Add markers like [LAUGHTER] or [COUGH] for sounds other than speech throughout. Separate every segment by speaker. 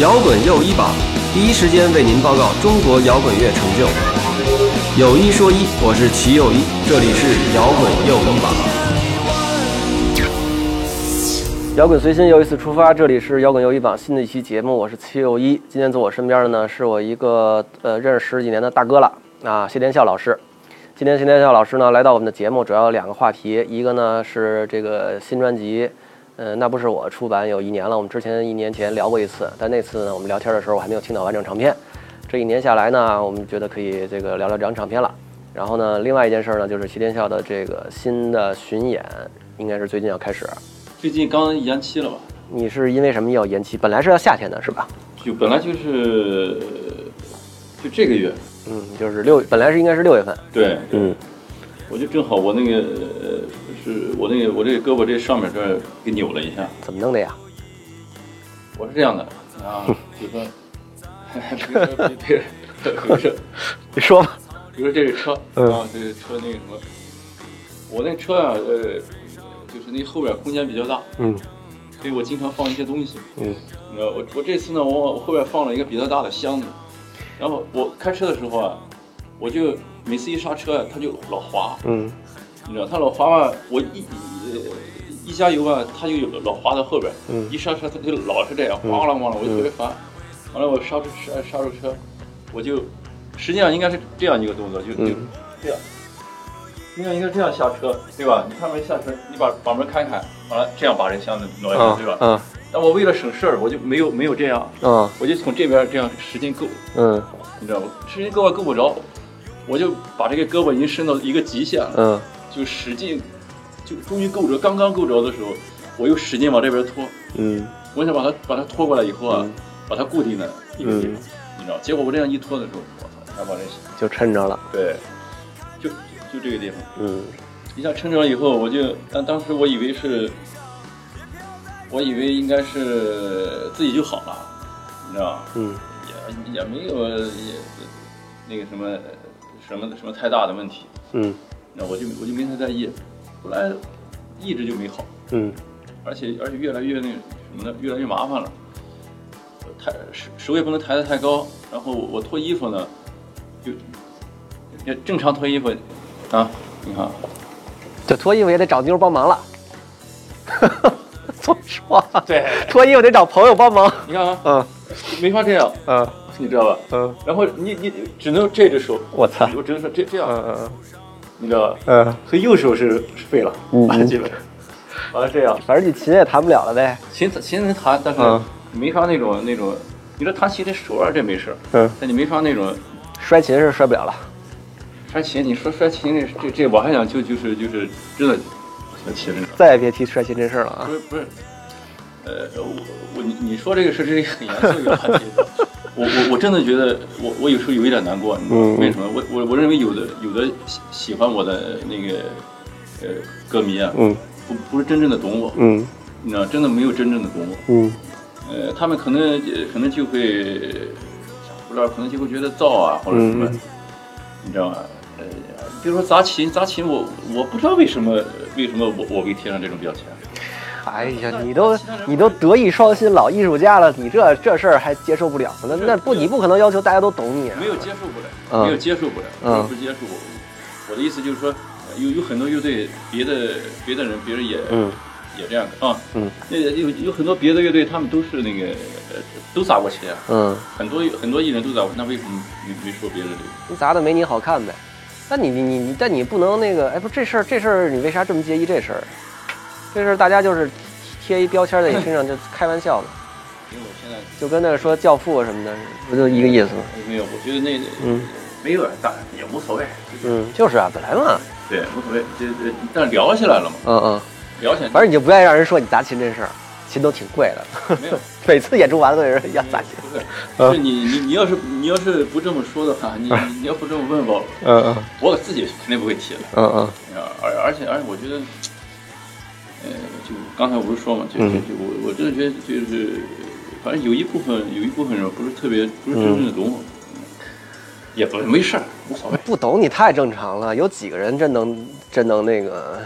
Speaker 1: 摇滚又一榜，第一时间为您报告中国摇滚乐成就。有一说一，我是齐又一，这里是摇滚又一榜。摇滚随心又一次出发，这里是摇滚又一榜新的一期节目，我是齐又一。今天坐我身边的呢，是我一个呃认识十几年的大哥了啊，谢天笑老师。今天谢天笑老师呢来到我们的节目，主要有两个话题，一个呢是这个新专辑，呃，那不是我出版有一年了，我们之前一年前聊过一次，但那次呢我们聊天的时候我还没有听到完整唱片。这一年下来呢，我们觉得可以这个聊聊这张唱片了。然后呢，另外一件事呢就是齐天笑的这个新的巡演，应该是最近要开始。
Speaker 2: 最近刚延期了吧？
Speaker 1: 你是因为什么要延期？本来是要夏天的是吧？
Speaker 2: 就本来就是就这个月，
Speaker 1: 嗯，就是六，本来是应该是六月份。
Speaker 2: 对，
Speaker 1: 嗯，
Speaker 2: 我就正好我那个呃是我那个我这个胳膊这上面这儿给扭了一下，
Speaker 1: 怎么弄的呀？
Speaker 2: 我是这样的啊，比如说，
Speaker 1: [LAUGHS]
Speaker 2: 比如说比如说比如说
Speaker 1: 你说吧。
Speaker 2: 比如说这个车
Speaker 1: 嗯
Speaker 2: 啊，这个车那个什么，我那车啊呃就是那后边空间比较大，
Speaker 1: 嗯
Speaker 2: 所以我经常放一些东西。
Speaker 1: 嗯
Speaker 2: 呃，我我这次呢，我往后边放了一个比较大的箱子，然后我开车的时候啊，我就每次一刹车啊，它就老滑，
Speaker 1: 嗯
Speaker 2: 你知道，它老滑吧，我一一一加油吧，它就老滑到后边，
Speaker 1: 嗯
Speaker 2: 一刹车它就老是这样，哗啦哗啦，我就特别烦。完了，我刹住刹刹住车，我就实际上应该是这样一个动作，就就
Speaker 1: 嗯
Speaker 2: 这样。应该应该这样下车，对吧？你开门下车，你把把门开开，完了这样把这箱子挪一下，
Speaker 1: 啊
Speaker 2: 对吧？
Speaker 1: 啊
Speaker 2: 但我为了省事儿，我就没有没有这样，
Speaker 1: 啊
Speaker 2: 我就从这边这样使劲够，
Speaker 1: 嗯
Speaker 2: 你知道吗？使劲够啊够不着，我就把这个胳膊已经伸到一个极限了，
Speaker 1: 嗯
Speaker 2: 就使劲，就终于够着，刚刚够着的时候，我又使劲往这边拖，
Speaker 1: 嗯
Speaker 2: 我想把它把它拖过来以后啊，
Speaker 1: 嗯
Speaker 2: 把它固定在一个地方，
Speaker 1: 嗯
Speaker 2: 你知道？结果我这样一拖的时候，我操，还把这
Speaker 1: 就抻着了。
Speaker 2: 对，就就这个地方
Speaker 1: 嗯
Speaker 2: 一下抻着了以后，我就，但当时我以为是，我以为应该是自己就好了，你知道吗？
Speaker 1: 嗯
Speaker 2: 也也没有也那个什么什么什么太大的问题，
Speaker 1: 嗯
Speaker 2: 那我就我就没太在意，后来一直就没好，
Speaker 1: 嗯
Speaker 2: 而且而且越来越那个什么的，越来越麻烦了，抬手手也不能抬得太高，然后我我脱衣服呢，就也正常脱衣服啊，你看
Speaker 1: 这脱衣服也得找妞帮忙了。 [LAUGHS] 怎么说啊？
Speaker 2: 对，
Speaker 1: 脱衣服得找朋友帮忙。
Speaker 2: 你看啊，
Speaker 1: 嗯
Speaker 2: 没法这样，
Speaker 1: 嗯
Speaker 2: 你知道吧？
Speaker 1: 嗯，
Speaker 2: 然后你你你只能这只手，
Speaker 1: 我操
Speaker 2: 我只能说这这样，
Speaker 1: 啊嗯
Speaker 2: 你知道吧？
Speaker 1: 嗯，
Speaker 2: 所以右手是是废了，
Speaker 1: 嗯嗯
Speaker 2: 基本上完了这样，
Speaker 1: 反正你琴也弹不了了呗。
Speaker 2: 琴琴能弹，但是
Speaker 1: 嗯
Speaker 2: 没法那种那种，你说弹琴这手啊腕这没事儿，
Speaker 1: 嗯，
Speaker 2: 但你没法那种
Speaker 1: 摔琴是摔不了了。
Speaker 2: 摔琴，你说摔琴这这这，我还想就就是就是真的摔琴那种，
Speaker 1: 再也别提摔琴这事儿了啊
Speaker 2: 不！是不是，呃，我我你你说这个事是一个很严肃的一个话题。我 [LAUGHS] 我我真的觉得我我有时候有一点难过，你知道
Speaker 1: 嗯嗯
Speaker 2: 为什么？我我我认为有的有的喜喜欢我的那个呃歌迷啊，
Speaker 1: 嗯
Speaker 2: 不不是真正的懂我，
Speaker 1: 嗯
Speaker 2: 你知道，真的没有真正的懂我。
Speaker 1: 嗯
Speaker 2: 呃，他们可能呃可能就会不知道，可能就会觉得燥啊，或者什么，
Speaker 1: 嗯
Speaker 2: 你知道吗？呃，比如说砸琴，砸琴我我不知道为什么为什么我我被贴上这种标签，
Speaker 1: 哎呀，你都你都德艺双馨老艺术家了，你这这事儿还接受不了吗？那那不你不可能要求大家都懂你啊。
Speaker 2: 没有接受不
Speaker 1: 嗯
Speaker 2: 了，没有接受不了，
Speaker 1: 嗯
Speaker 2: 不是接受我。我的意思就是说，呃有有很多乐队，别的别的人，别人也、
Speaker 1: 嗯
Speaker 2: 也这样的啊，
Speaker 1: 嗯，
Speaker 2: 那个有有很多别的乐队，他们都是那个呃都砸过琴啊，
Speaker 1: 嗯，
Speaker 2: 很多很多艺人都砸过，那为什么没没说别的乐队？
Speaker 1: 你砸的没你好看呗。但你你你你，但你不能那个，哎，不是这事儿，这事儿你为啥这么介意这事儿？这事儿大家就是贴一标签在你身上，就开玩笑嘛，
Speaker 2: 因为我现在
Speaker 1: 就跟那个说《教父》什么的，不就一个意思吗？
Speaker 2: 没有，我觉得那个
Speaker 1: 嗯
Speaker 2: 没有，但也无所谓，
Speaker 1: 嗯，就是啊，本来嘛，
Speaker 2: 对，无所谓，这这，但是聊起来了嘛，
Speaker 1: 嗯嗯，
Speaker 2: 聊起来，
Speaker 1: 反正你就不愿意让人说你砸琴这事儿，琴都挺贵的， [LAUGHS]
Speaker 2: 没有，
Speaker 1: 每次演出完了都有人要砸琴。
Speaker 2: 不是，
Speaker 1: 嗯
Speaker 2: 就是你你你要是你要是不这么说的话，你你你要不这么问我，
Speaker 1: 嗯嗯
Speaker 2: 我自己肯定不会提了，
Speaker 1: 嗯嗯
Speaker 2: 你知道而而且而且我觉得，呃，就刚才我不是说嘛，就就
Speaker 1: 嗯
Speaker 2: 就我我真的觉得就是，反正有一部分有一部分人不是特别不是
Speaker 1: 嗯
Speaker 2: 真正的懂我，也不没事儿，无所谓，
Speaker 1: 不懂你太正常了，有几个人真能真能那个，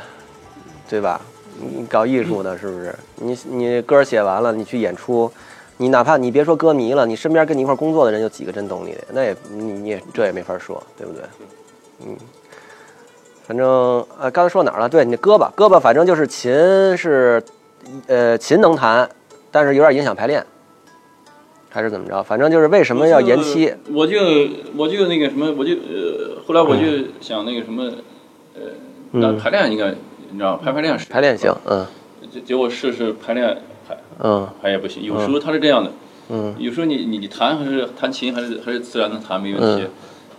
Speaker 1: 对吧？你搞艺术的是不是？你你歌写完了，你去演出，你哪怕你别说歌迷了，你身边跟你一块工作的人有几个真懂你的？那也你你也这也没法说，对不对？嗯，反正呃，刚才说哪儿了？对，你的胳膊，胳膊反正就是琴是，呃，琴能弹，但是有点影响排练，还是怎么着？反正就是为什么要延期？
Speaker 2: 我就我就那个什么，我就呃，后来我就想那个什么，呃，那
Speaker 1: 嗯
Speaker 2: 排练应该你知道，排排练是
Speaker 1: 排练行，嗯
Speaker 2: 结结果试试排练排
Speaker 1: 嗯
Speaker 2: 排也不行，有时候他是这样的，
Speaker 1: 嗯
Speaker 2: 有时候你你你弹还是弹琴还是还是自然的弹没问题，
Speaker 1: 嗯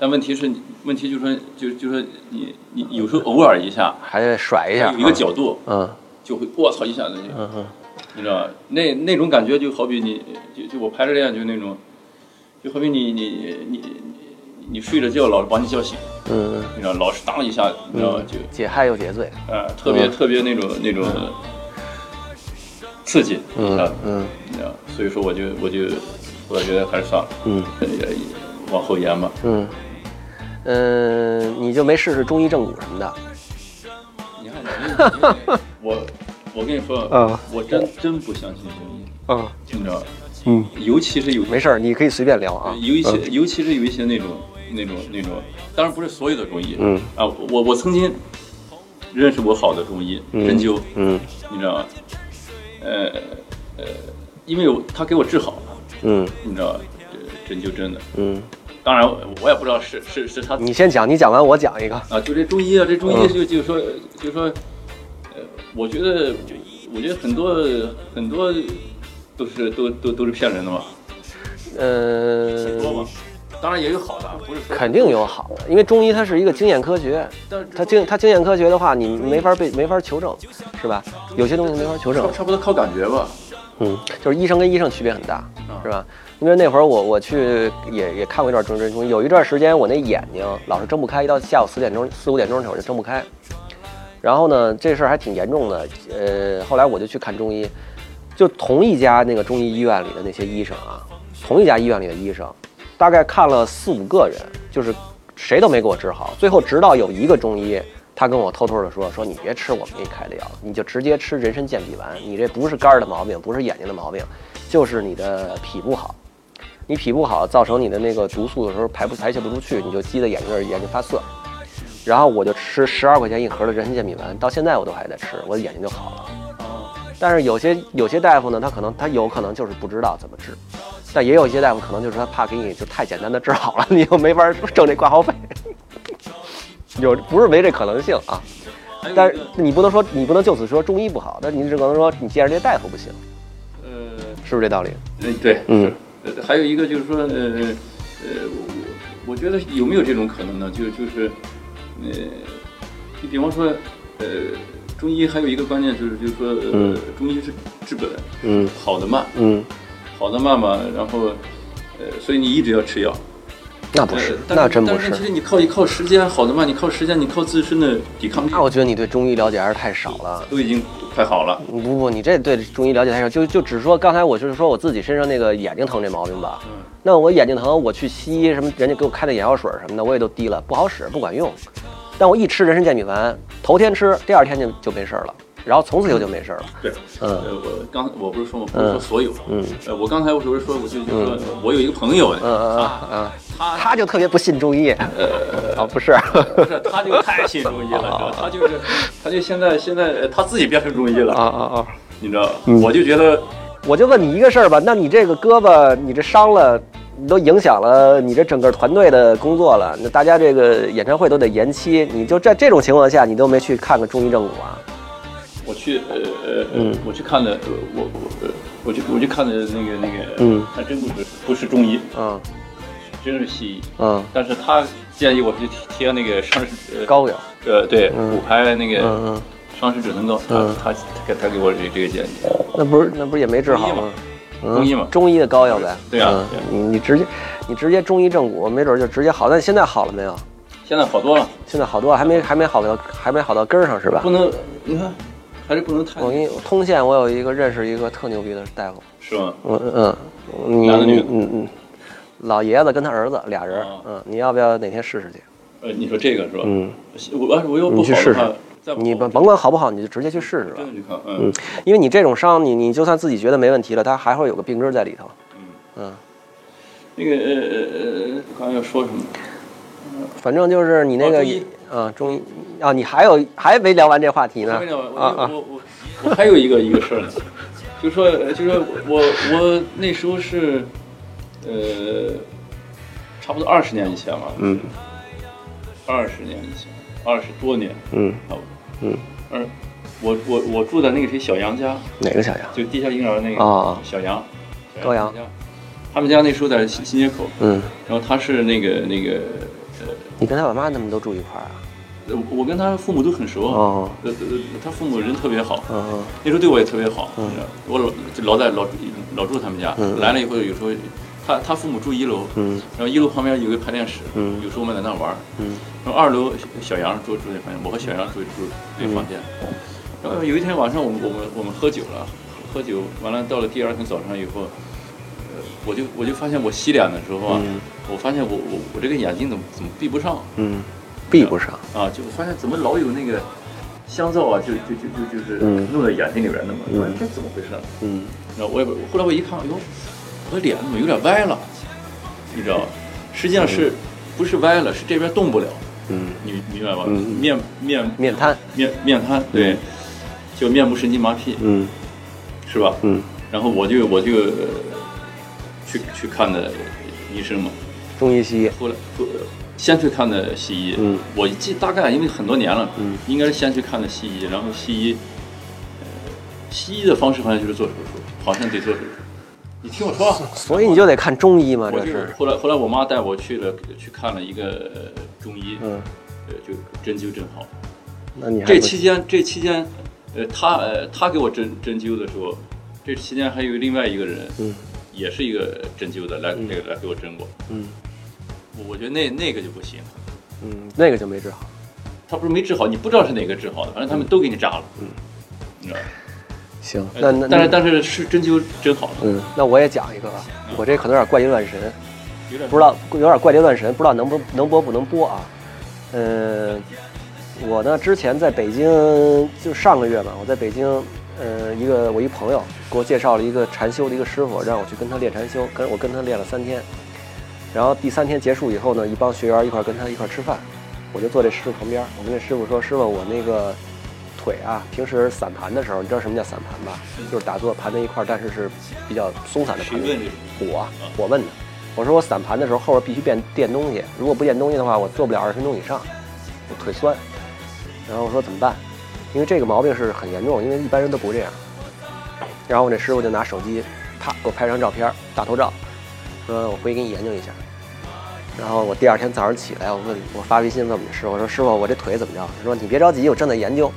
Speaker 2: 但问题是你问题就是说就就说你你有时候偶尔一下
Speaker 1: 还得甩一下，
Speaker 2: 有一个角度
Speaker 1: 嗯
Speaker 2: 就会我操一下子就
Speaker 1: 嗯嗯
Speaker 2: 你知道吧那那种感觉就好比你就就我排着练就那种，就好比你你你你你你睡着觉老是把你叫醒，
Speaker 1: 嗯，
Speaker 2: 你知道老是当一下，你知道吧就
Speaker 1: 解嗨又解醉，
Speaker 2: 啊、特别、
Speaker 1: 嗯
Speaker 2: 特别那种那种刺激，你知道吧
Speaker 1: 嗯嗯
Speaker 2: 你知道吧，所以说我就我就我觉得还是算了，
Speaker 1: 嗯
Speaker 2: 也也往后延吧。
Speaker 1: 嗯嗯，你就没试试中医正骨什么的？
Speaker 2: 你看
Speaker 1: [LAUGHS]
Speaker 2: 我这我我跟你说，
Speaker 1: 嗯
Speaker 2: 我真真不相信中医，
Speaker 1: 嗯
Speaker 2: 你知道吧，
Speaker 1: 嗯，
Speaker 2: 尤其是有
Speaker 1: 没事儿，你可以随便聊啊。
Speaker 2: 有一些，尤其是有一些那种、那种、那种，当然不是所有的中医，
Speaker 1: 嗯
Speaker 2: 啊，我我曾经认识过好的中医、
Speaker 1: 嗯
Speaker 2: 针灸，
Speaker 1: 嗯
Speaker 2: 你知道吗？呃呃，因为我他给我治好了，
Speaker 1: 嗯
Speaker 2: 你知道吧？这针灸真的，
Speaker 1: 嗯，
Speaker 2: 当然我我也不知道是是是他
Speaker 1: 你先讲，你讲完我讲一个。
Speaker 2: 啊，就这中医啊，这中医
Speaker 1: 嗯
Speaker 2: 就就说就说，呃，我觉得我觉得很多很多都是都都都是骗人的嘛，多
Speaker 1: 呃
Speaker 2: 嘛，，当然也有好的，不是说
Speaker 1: 肯定有好的，因为中医它是一个经验科学，
Speaker 2: 但是
Speaker 1: 它经它经验科学的话，你没法被没法求证，是吧？有些东西没法求证
Speaker 2: 差，差不多靠感觉吧。
Speaker 1: 嗯，就是医生跟医生区别很大，
Speaker 2: 啊
Speaker 1: 是吧？因为那会儿我我去也也看过一段中医中医，有一段时间我那眼睛老是睁不开，一到下午四点钟四五点钟的时候我就睁不开，然后呢这事儿还挺严重的，呃，后来我就去看中医，就同一家那个中医医院里的那些医生啊，同一家医院里的医生，大概看了四五个人，就是谁都没给我治好。最后直到有一个中医，他跟我偷偷的说：“说你别吃我们给你开的药，你就直接吃人参健脾丸。你这不是肝儿的毛病，不是眼睛的毛病，就是你的脾不好。你脾不好，造成你的那个毒素的时候排不排泄不出去，你就积在眼睛那儿，眼睛发涩。”然后我就吃十二块钱一盒的人参健脾丸，到现在我都还在吃，我的眼睛就好了。但是有些有些大夫呢，他可能他有可能就是不知道怎么治，但也有一些大夫可能就是他怕给你就太简单的治好了， [LAUGHS] 你又没法挣这挂号费， [LAUGHS] 有不是没这可能性啊。
Speaker 2: 还有一
Speaker 1: 但是
Speaker 2: 个
Speaker 1: 你不能说你不能就此说中医不好，但你只可能说你见着这大夫不行，
Speaker 2: 呃，
Speaker 1: 是不是这道理？
Speaker 2: 呃对，
Speaker 1: 嗯
Speaker 2: 呃还有一个就是说，呃呃，我我觉得有没有这种可能呢？就就是，呃，你比方说，呃，中医还有一个观念就是，就是说，呃，
Speaker 1: 嗯
Speaker 2: 中医是治本，
Speaker 1: 嗯
Speaker 2: 好的慢，
Speaker 1: 嗯，
Speaker 2: 好的慢嘛，然后，呃，所以你一直要吃药。
Speaker 1: 那不是
Speaker 2: 呃，但
Speaker 1: 那真不
Speaker 2: 但是其
Speaker 1: 是。
Speaker 2: 实你靠靠时间，好的慢，你靠时间，你靠自身的抵抗力
Speaker 1: 那，啊我觉得你对中医了解还是太少了。
Speaker 2: 都已经快好了。
Speaker 1: 不不，你这对中医了解太少，就就只说刚才我就是说我自己身上那个眼睛疼这毛病吧。
Speaker 2: 嗯
Speaker 1: 那我眼睛疼，我去西医什么，人家给我开的眼药水什么的，我也都滴了，不好使，不管用。但我一吃人参健脾丸，头天吃，第二天就就没事儿了，然后从此以后就没事儿了。
Speaker 2: 对，
Speaker 1: 嗯
Speaker 2: 呃，我刚我不是说我不是说所有，
Speaker 1: 嗯，
Speaker 2: 呃，我刚才我只是说我就就说我有一个朋友，哎
Speaker 1: 嗯嗯
Speaker 2: 他
Speaker 1: 嗯嗯，
Speaker 2: 他
Speaker 1: 他就特别不信中医。啊，不是，
Speaker 2: 不是他就太信中医了，你知道，他就是他就现在现在呃他自己变成中医了，
Speaker 1: 啊啊！
Speaker 2: 你知道，我就觉得
Speaker 1: 我就问你一个事儿吧，那你这个胳膊，你这伤了，你都影响了你这整个团队的工作了，那大家这个演唱会都得延期，你就在这种情况下，你都没去看个中医正骨啊？
Speaker 2: 我去呃呃呃
Speaker 1: 嗯
Speaker 2: 我去看的呃我我呃我去我去看的那个那个，
Speaker 1: 嗯，
Speaker 2: 还真不是不是中医，
Speaker 1: 嗯
Speaker 2: 真是西医，
Speaker 1: 嗯，
Speaker 2: 但是他建议我去贴那个上呃
Speaker 1: 膏药，
Speaker 2: 呃对
Speaker 1: 嗯
Speaker 2: 五拍那个
Speaker 1: 嗯嗯，
Speaker 2: 双十指疼膏，他
Speaker 1: 嗯
Speaker 2: 他他给他给我这这个建议，
Speaker 1: 那不是那不是也没治好吗？嗯
Speaker 2: 中医嘛
Speaker 1: 中医的膏药呗。
Speaker 2: 对啊
Speaker 1: 嗯你你直接你直接中医正骨，没准就直接好。那现在好了没有？
Speaker 2: 现在好多了。
Speaker 1: 现在好多了还没还没好到还没好到根儿上是吧
Speaker 2: 不？能，你看，还是不能太
Speaker 1: 我给你通县，我有一个认识一个特牛逼的大夫，
Speaker 2: 是吧？
Speaker 1: 嗯嗯嗯，你
Speaker 2: 男的女
Speaker 1: 你
Speaker 2: 的
Speaker 1: 嗯嗯，老爷子跟他儿子俩人
Speaker 2: 哦，
Speaker 1: 嗯，你要不要哪天试试去？
Speaker 2: 呃，你说这个是吧？
Speaker 1: 嗯，
Speaker 2: 我要是我又不
Speaker 1: 你去
Speaker 2: 好
Speaker 1: 试
Speaker 2: 的
Speaker 1: 试
Speaker 2: 话，再不好
Speaker 1: 你
Speaker 2: 我
Speaker 1: 甭甭管好不好，你就直接去试试吧
Speaker 2: 真。的去看，嗯
Speaker 1: 嗯，因为你这种伤，你你就算自己觉得没问题了，它还会有个病根在里头。
Speaker 2: 那个呃呃呃，刚才要说什么？
Speaker 1: 反正就是你那个
Speaker 2: 哦中医
Speaker 1: 啊，中医啊，你还有还没聊完这话题呢
Speaker 2: 还没聊完，我
Speaker 1: 啊啊！
Speaker 2: 我我我还有一个一个事儿呢，就说呃就说我我那时候是，呃，差不多二十年以前吧，
Speaker 1: 嗯
Speaker 2: 二十年以前，二十多年，
Speaker 1: 嗯，
Speaker 2: 差不多，
Speaker 1: 嗯，
Speaker 2: 二，我我我住在那个谁小杨家，
Speaker 1: 哪个小杨？
Speaker 2: 就地下婴儿那个、
Speaker 1: 哦
Speaker 2: 小杨，
Speaker 1: 高阳
Speaker 2: 小杨他们家，他们家那时候在新新街口，
Speaker 1: 嗯，
Speaker 2: 然后他是那个那个
Speaker 1: 你跟他爸妈他们都住一块儿啊？
Speaker 2: 呃，我我跟他父母都很熟，
Speaker 1: 哦，
Speaker 2: 呃呃，他父母人特别好，
Speaker 1: 嗯
Speaker 2: 那时候对我也特别好，你知道我老就老在老老住他们家，
Speaker 1: 嗯
Speaker 2: 来了以后有时候他他父母住一楼，
Speaker 1: 嗯
Speaker 2: 然后一楼旁边有个排练室，
Speaker 1: 嗯
Speaker 2: 有时候我们在那玩儿，
Speaker 1: 嗯
Speaker 2: 然后二楼小杨住住那房间，我和小杨住住那房间，
Speaker 1: 嗯
Speaker 2: 然后有一天晚上我们我们我们喝酒了，喝酒完了到了第二天早上以后，呃，我就我就发现我洗脸的时候啊，
Speaker 1: 嗯
Speaker 2: 我发现我我我这个眼睛怎么怎么闭不上
Speaker 1: 嗯，闭不上。
Speaker 2: 啊，就我发现怎么老有那个香皂啊，就就就就就是
Speaker 1: 嗯
Speaker 2: 弄到眼睛里边那么，
Speaker 1: 嗯
Speaker 2: 我说这怎么回事？
Speaker 1: 嗯
Speaker 2: 然后我也不，后来我一看，哎呦，我的脸怎么有点歪了？你知道吧？实际上是不是歪了？是这边动不了，
Speaker 1: 嗯，
Speaker 2: 你明白吧？
Speaker 1: 嗯
Speaker 2: 面面
Speaker 1: 面瘫。
Speaker 2: 面面瘫，对，就面部神经麻痹，
Speaker 1: 嗯
Speaker 2: 是吧？
Speaker 1: 嗯，
Speaker 2: 然后我就我就、呃去去看的医生嘛，
Speaker 1: 中医西医。
Speaker 2: 后来后先去看的西医，
Speaker 1: 嗯
Speaker 2: 我记大概因为很多年了，
Speaker 1: 嗯
Speaker 2: 应该是先去看的西医，然后西医，呃，西医的方式好像就是做手术，好像得做手术。你听我说啊，
Speaker 1: 所以你就得看中医嘛，
Speaker 2: 我
Speaker 1: 这。
Speaker 2: 就是后来后来我妈带我去了去看了一个呃中医，
Speaker 1: 嗯，
Speaker 2: 呃，就针灸针好。
Speaker 1: 那你还
Speaker 2: 这
Speaker 1: 不
Speaker 2: 期间这期间，呃，他呃他给我针针灸的时候，这期间还有另外一个人，
Speaker 1: 嗯
Speaker 2: 也是一个针灸的，来那个来给我针过。
Speaker 1: 嗯
Speaker 2: 我我觉得那那个就不行，
Speaker 1: 嗯，那个就没治好。
Speaker 2: 他不是没治好，你不知道是哪个治好的，反正他们都给你扎了。嗯，你知道吧。
Speaker 1: 行，那
Speaker 2: 呃
Speaker 1: 那
Speaker 2: 但是但是是针灸针好了，
Speaker 1: 嗯，那我也讲一个吧，我这可能有点怪力乱神，
Speaker 2: 有点
Speaker 1: 不知道有点怪力乱神，不知道能不能播不能播啊。嗯，我呢之前在北京，就上个月吧，我在北京，呃，一个我一朋友给我介绍了一个禅修的一个师傅，让我去跟他练禅修，跟我跟他练了三天，然后第三天结束以后呢，一帮学员一块儿跟他一块儿吃饭，我就坐这师傅旁边，我跟这师傅说，师傅我那个腿啊，平时散盘的时候，你知道什么叫散盘吧？就是打坐盘在一块儿，但是是比较松散的
Speaker 2: 谁
Speaker 1: 盘。
Speaker 2: 问这？
Speaker 1: 我啊我问的，我说我散盘的时候后边必须垫垫东西，如果不垫东西的话，我做不了二十分钟以上，我腿酸。然后我说怎么办？因为这个毛病是很严重，因为一般人都不这样。然后我这师傅就拿手机，啪给我拍张照片，大头照，说我回去给你研究一下。然后我第二天早上起来，我问我发微信问我们师傅，我说师傅我这腿怎么着？他说你别着急，我正在研究。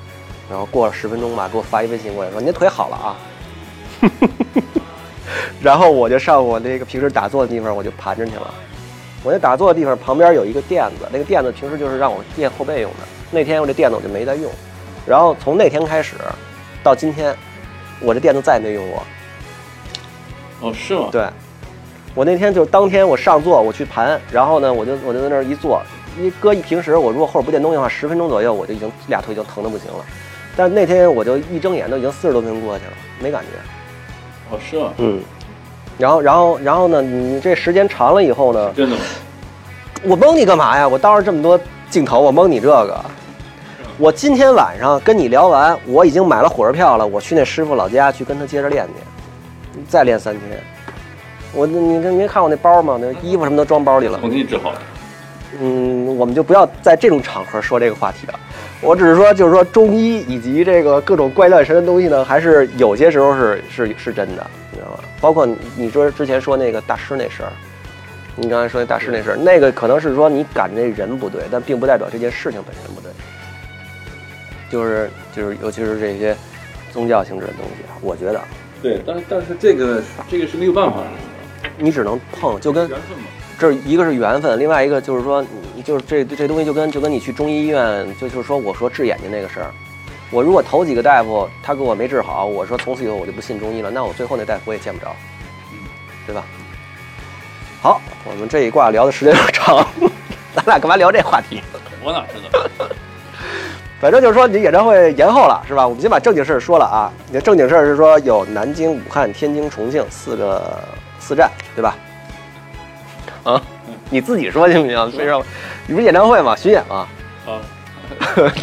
Speaker 1: 然后过了十分钟吧，给我发一微信过来，说您腿好了啊。然后我就上我那个平时打坐的地方，我就盘着去了。我那打坐的地方旁边有一个垫子，那个垫子平时就是让我垫后背用的。那天我这垫子我就没再用，然后从那天开始到今天，我这垫子再也没用过。
Speaker 2: 哦，是吗？
Speaker 1: 对，我那天就是当天我上座，我去盘，然后呢，我就我就在那儿一坐，一搁一平时我如果后边不垫东西的话，十分钟左右我就已经俩腿已经疼的不行了。但那天我就一睁眼都已经四十多分钟过去了，没感觉。
Speaker 2: 哦，是吗？
Speaker 1: 嗯，然后然后然后呢，你这时间长了以后呢，
Speaker 2: 真的吗？
Speaker 1: 我蒙你干嘛呀？我当着这么多镜头，我蒙你这个。我今天晚上跟你聊完，我已经买了火车票了，我去那师傅老家去跟他接着练去，再练三天。我你你没看我那包吗？那衣服什么都装包里了
Speaker 2: 我。给你治好了。
Speaker 1: 嗯，我们就不要在这种场合说这个话题了。我只是说，就是说中医以及这个各种怪诞神的东西呢，还是有些时候是是是真的，你知道吗？包括你你说之前说那个大师那事儿，你刚才说那大师那事儿，那个可能是说你赶这人不对，但并不代表这件事情本身不对。就是就是，尤其是这些宗教性质的东西，我觉得
Speaker 2: 对，但是但是这个这个是没有办法的，
Speaker 1: 你只能碰，就跟
Speaker 2: 缘分嘛。
Speaker 1: 这儿一个是缘分，另外一个就是说，你就是这这东西就跟就跟你去中医医院，就就是说我说治眼睛那个事儿，我如果头几个大夫他给我没治好，我说从此以后我就不信中医了，那我最后那大夫我也见不着，
Speaker 2: 嗯，
Speaker 1: 对吧？好，我们这一 [LAUGHS] 卦聊的时间有点长，咱俩干嘛聊这话题？
Speaker 2: 我哪知道？
Speaker 1: 反正就是说你演唱会延后了，是吧？我们先把正经事儿说了啊。你的正经事儿是说有南京、武汉、天津、重庆四个四站，对吧？啊，你自己说行不行？非常，你不是演唱会吗？巡演吗？ [LAUGHS]
Speaker 2: 啊，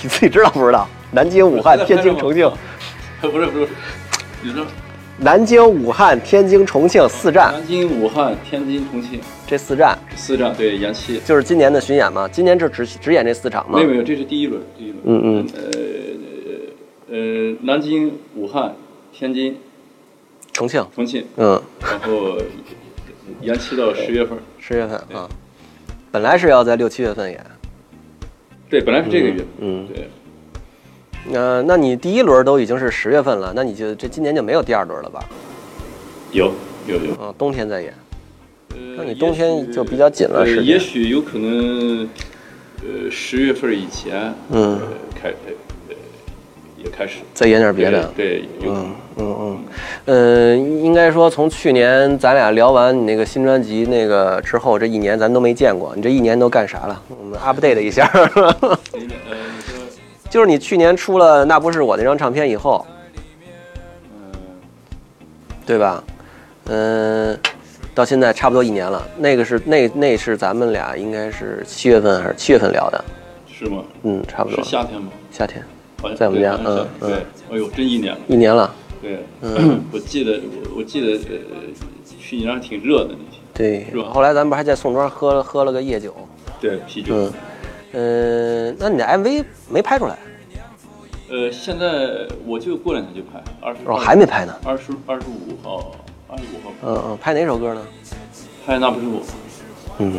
Speaker 1: 你自己知道不知道？南京、武汉、天津、重
Speaker 2: [LAUGHS]
Speaker 1: 庆，
Speaker 2: 不是不是，你说
Speaker 1: 啊南京、武汉、天津、重庆四站，
Speaker 2: 南京、武汉、天津、重庆
Speaker 1: 这四站
Speaker 2: 这四站对延期，
Speaker 1: 就是今年的巡演嘛。今年就只只演这四场嘛
Speaker 2: 没。有没有，这是第一轮，第一轮。
Speaker 1: 嗯嗯，
Speaker 2: 呃呃，南京、武汉、天津、
Speaker 1: 重庆，
Speaker 2: 重庆，
Speaker 1: 嗯，
Speaker 2: 然后延期到十月份。
Speaker 1: 十月份啊，本来是要在六七月份演。
Speaker 2: 对，本来是这个月。
Speaker 1: 嗯，
Speaker 2: 对，
Speaker 1: 呃，那你第一轮都已经是十月份了，那你就这今年就没有第二轮了吧？
Speaker 2: 有有有。
Speaker 1: 嗯，冬天再演。
Speaker 2: 呃
Speaker 1: 那你冬天就比较紧了
Speaker 2: 也许
Speaker 1: 时
Speaker 2: 呃
Speaker 1: 间
Speaker 2: 也许有可能，呃，十月份以前，
Speaker 1: 嗯
Speaker 2: 呃，开呃呃也开始
Speaker 1: 再演点别的。
Speaker 2: 对，对有可能
Speaker 1: 嗯嗯嗯，呃，应该说从去年咱俩聊完你那个新专辑那个之后，这一年咱都没见过，你这一年都干啥了？我们 update 一下。 [LAUGHS]
Speaker 2: 因为呃，你说，
Speaker 1: 就是你去年出了《那不是我》那张唱片以后，
Speaker 2: 嗯，
Speaker 1: 对吧？嗯、到现在差不多一年了。那个是那那是咱们俩应该是七月份还是七月份聊的？
Speaker 2: 是吗？
Speaker 1: 嗯，差不多
Speaker 2: 是夏天吗？
Speaker 1: 夏天
Speaker 2: 好像
Speaker 1: 在我们家
Speaker 2: 对好像是
Speaker 1: 嗯
Speaker 2: 对，哎呦，真一年了。
Speaker 1: 一年了。
Speaker 2: 对，
Speaker 1: 嗯
Speaker 2: [CLEARS THROAT] 我记得我我记得呃，去年还挺热的那天，
Speaker 1: 对
Speaker 2: 是，吧
Speaker 1: 后来咱们不还在宋庄喝了喝了个夜酒？
Speaker 2: 对，啤酒。
Speaker 1: 嗯，呃，那你的 MV 没拍出来，
Speaker 2: 呃，现在我就过两天就拍，二十，
Speaker 1: 哦，还没拍呢。
Speaker 2: 二十二十五号，二十五号
Speaker 1: 嗯嗯，拍哪首歌呢？
Speaker 2: 拍那不是我，
Speaker 1: 嗯，